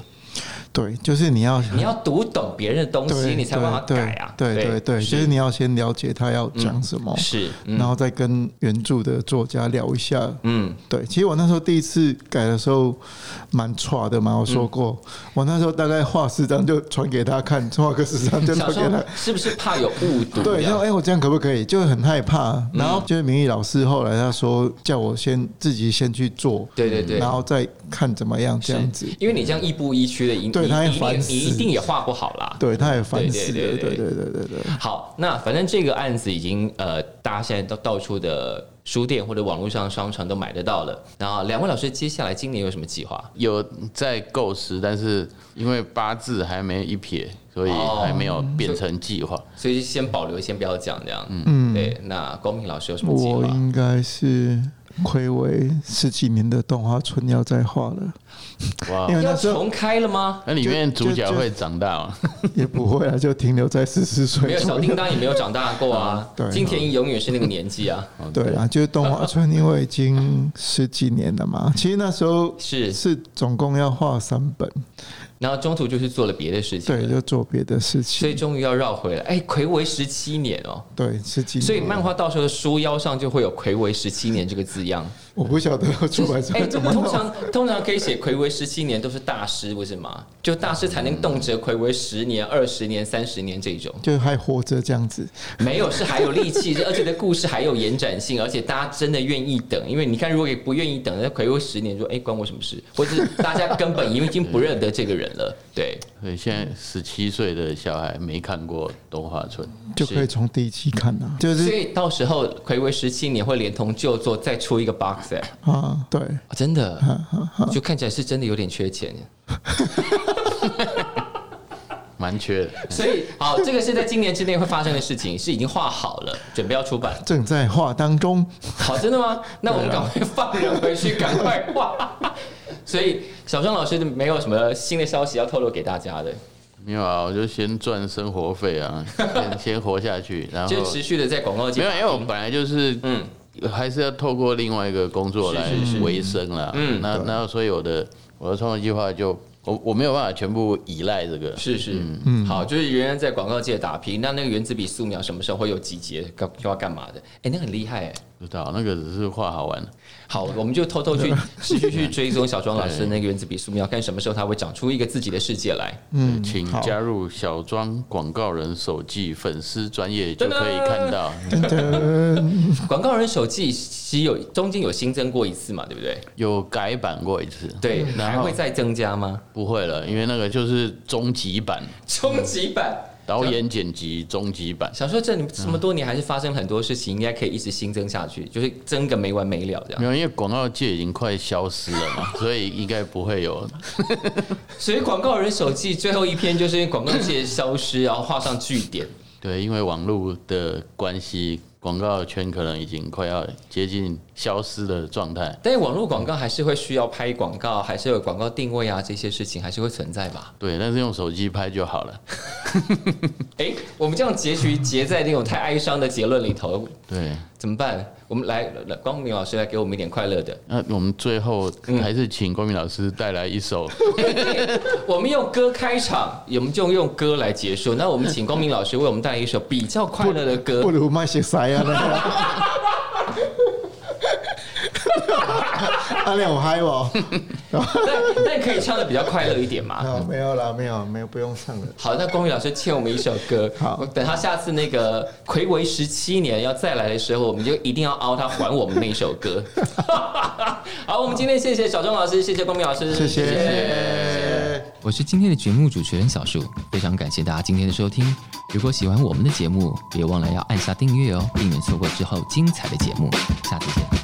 Speaker 4: 对，就是你要
Speaker 3: 你要读懂别人的东西，
Speaker 4: 对，
Speaker 3: 你才有办法
Speaker 4: 对
Speaker 3: 改啊。嗯
Speaker 4: 对对对，就是你要先了解他要讲什么，
Speaker 3: 是，
Speaker 4: 然后再跟原著的作家聊一下。
Speaker 3: 嗯，
Speaker 4: 对，其实我那时候第一次改的时候蛮差的嘛，我说过，我那时候大概画四张就传给他看，画个十张就
Speaker 3: 小说
Speaker 4: 传给他。
Speaker 3: 是不是怕有误读？
Speaker 4: 对，然后哎、我这样可不可以？就很害
Speaker 3: 嗯
Speaker 4: 怕。然后就是明义老师后来他说叫我先自己先去做，
Speaker 3: 对对对
Speaker 4: 然后再看怎么样这样子。
Speaker 3: 因为你这样亦步亦区的，你
Speaker 4: 对他会
Speaker 3: 你一定
Speaker 4: 烦死
Speaker 3: 你一定也画不好啦。
Speaker 4: 对，他也烦
Speaker 3: 对
Speaker 4: 死了，
Speaker 3: 对
Speaker 4: 对
Speaker 3: 对
Speaker 4: 对对对对。
Speaker 3: 好，那反正这个案子已经呃，大家现在到到处的书店或者网络上商城都买得到了。然后两位老师接下来今年有什么计划？
Speaker 2: 有在构思，但是因为八字还没一撇，所以
Speaker 3: 哦
Speaker 2: 还没有变成计划。
Speaker 3: 所以先保留，先不要讲这样。嗯，
Speaker 4: 嗯
Speaker 3: 对。那光平老师有什么计
Speaker 4: 我
Speaker 3: 划？
Speaker 4: 应该是暌违十几年的动画村要再画了，
Speaker 2: 哇
Speaker 4: 因，为
Speaker 3: 要
Speaker 4: 那时候
Speaker 3: 重开了吗？
Speaker 2: 那里面
Speaker 4: 就
Speaker 2: 主角
Speaker 4: 就
Speaker 2: 会长大吗？
Speaker 4: 也不会啊，就停留在十四
Speaker 3: 没
Speaker 4: 岁
Speaker 3: 有，小
Speaker 4: 左
Speaker 3: 叮
Speaker 4: 右。
Speaker 3: 当也没有长大过啊。
Speaker 4: 对
Speaker 3: 金田一永远是那个年纪啊。
Speaker 4: 对啊，就是动画村，因为已经十几年 了嘛。其实那时候
Speaker 3: 是
Speaker 4: 是总共要画三本，
Speaker 3: 然后中途就是做了别的事情了，
Speaker 4: 对，就做别的事
Speaker 3: 所以
Speaker 4: 情。
Speaker 3: 终于要绕回来。哎，魁违十七年哦，
Speaker 4: 对，十几年。
Speaker 3: 所以漫画到时候的书腰上就会有魁违十七年这个字 样。
Speaker 4: 我不晓得出版社
Speaker 3: 哎，
Speaker 4: 怎么
Speaker 3: 通
Speaker 4: 弄。
Speaker 3: 常通常可以写魁违十七年都是大师，不是吗？就大师才能动辄魁违十年、二十年、三十年这种。
Speaker 4: 就还活着这样子，
Speaker 3: 没有，是还有力气， 而且这故事还有延展性，而且大家真的愿意等，因为你看，如果也不愿意等，那魁违十年说，哎，关我什么事？或者是大家根本已经不认得这个人了， 对，
Speaker 2: 所以现在十七岁的小孩没看过动画村，
Speaker 4: 就可以从第一期看啊，就
Speaker 3: 所
Speaker 4: 是
Speaker 3: 以到时候魁违十七年会连同旧作再出一个 box set，、
Speaker 4: 啊，对，
Speaker 3: 哦真 的，就看起来是真的有点缺钱。
Speaker 2: 蛮缺的。
Speaker 3: 所以好，这个是在今年之内会发生的事情，是已经画好 了，准备要出版。
Speaker 4: 正在画当中。
Speaker 3: 好，真的吗？那我们赶快放人回去，赶快画。 所以小张老师没有什么新的消息要透露给大家的，
Speaker 2: 没有啊，我就先赚生活费啊，先先活下去，然后
Speaker 3: 就持续的在广告界
Speaker 2: 没有，因为我本来就是
Speaker 3: 嗯
Speaker 2: 嗯，还是要透过另外一个工作来维生啦。
Speaker 3: 嗯
Speaker 2: 嗯，那那所以我的我的创作计划就我我没有办法全部依赖这个，
Speaker 3: 是是，
Speaker 2: 嗯
Speaker 3: 好，就是原来在广告界打拼。那那个原子笔素描什么时候会有集结？干要干嘛的？哎、那个很厉害哎、
Speaker 2: 不知道那个只是画好玩的。
Speaker 3: 好，我们就偷偷 去持续去追踪小庄老师的那个原子笔素描，看什么时候他会长出一个自己的世界 来。
Speaker 4: 嗯，
Speaker 2: 请
Speaker 4: 好
Speaker 2: 加入小庄广告人手记粉丝专业就可以看到，
Speaker 3: 广告人手记其有中间有新增过一次嘛，对不对？
Speaker 2: 有改版过一次，
Speaker 3: 对，
Speaker 4: 嗯
Speaker 3: 还
Speaker 2: 然后
Speaker 3: 会再增加吗？
Speaker 2: 不会了，因为那个就是终极版，
Speaker 3: 终极版。
Speaker 2: 导演剪辑终极版。
Speaker 3: 想说这你这么多年还是发生很多事情，应该可以一直新增下去，就是增个没完没了这
Speaker 2: 没
Speaker 3: 样。
Speaker 2: 有，因为广告界已经快消失了 嘛，所以应该不会有
Speaker 3: 所以广告人手记最后一篇就是因为广告界消失，然后画上句点。
Speaker 2: 对，因为网络的关系，广告圈可能已经快要接近消失的状态。
Speaker 3: 但是网络广告还是会需要拍广告，还是有广告定位啊，这些事情还是会存在吧？
Speaker 2: 对，但是用手机拍就好了。
Speaker 3: 哎、我们这样结局结在那种太哀伤的结论里头，
Speaker 2: 对，
Speaker 3: 怎么办？我们来，来光明老师来给我们一点快乐的。
Speaker 2: 那我们最后还是请光明老师带来一首，
Speaker 3: 我们用歌开场，我们就用歌来结束。那我们请光明老师为我们带来一首比较快乐的歌
Speaker 4: 不。如卖些啥呀？那个 阿亮，我 嗨哦！
Speaker 3: 但但可以唱的比较快乐一点嘛。
Speaker 4: 啊，没有啦，没有，没有，不用唱了。
Speaker 3: 好，那光宇老师欠我们一首歌，
Speaker 4: 好
Speaker 3: 我等他下次那个魁违十七年要再来的时候，我们就一定要凹他还我们那首 歌。好，我们今天谢谢小钟老师，谢谢光明老师，
Speaker 4: 谢谢。
Speaker 3: 我是今天的节目主持人小树，非常感谢大家今天的收听。如果喜欢我们的节目，别忘了要按下订阅哦，避免错过之后精彩的节目。下次见。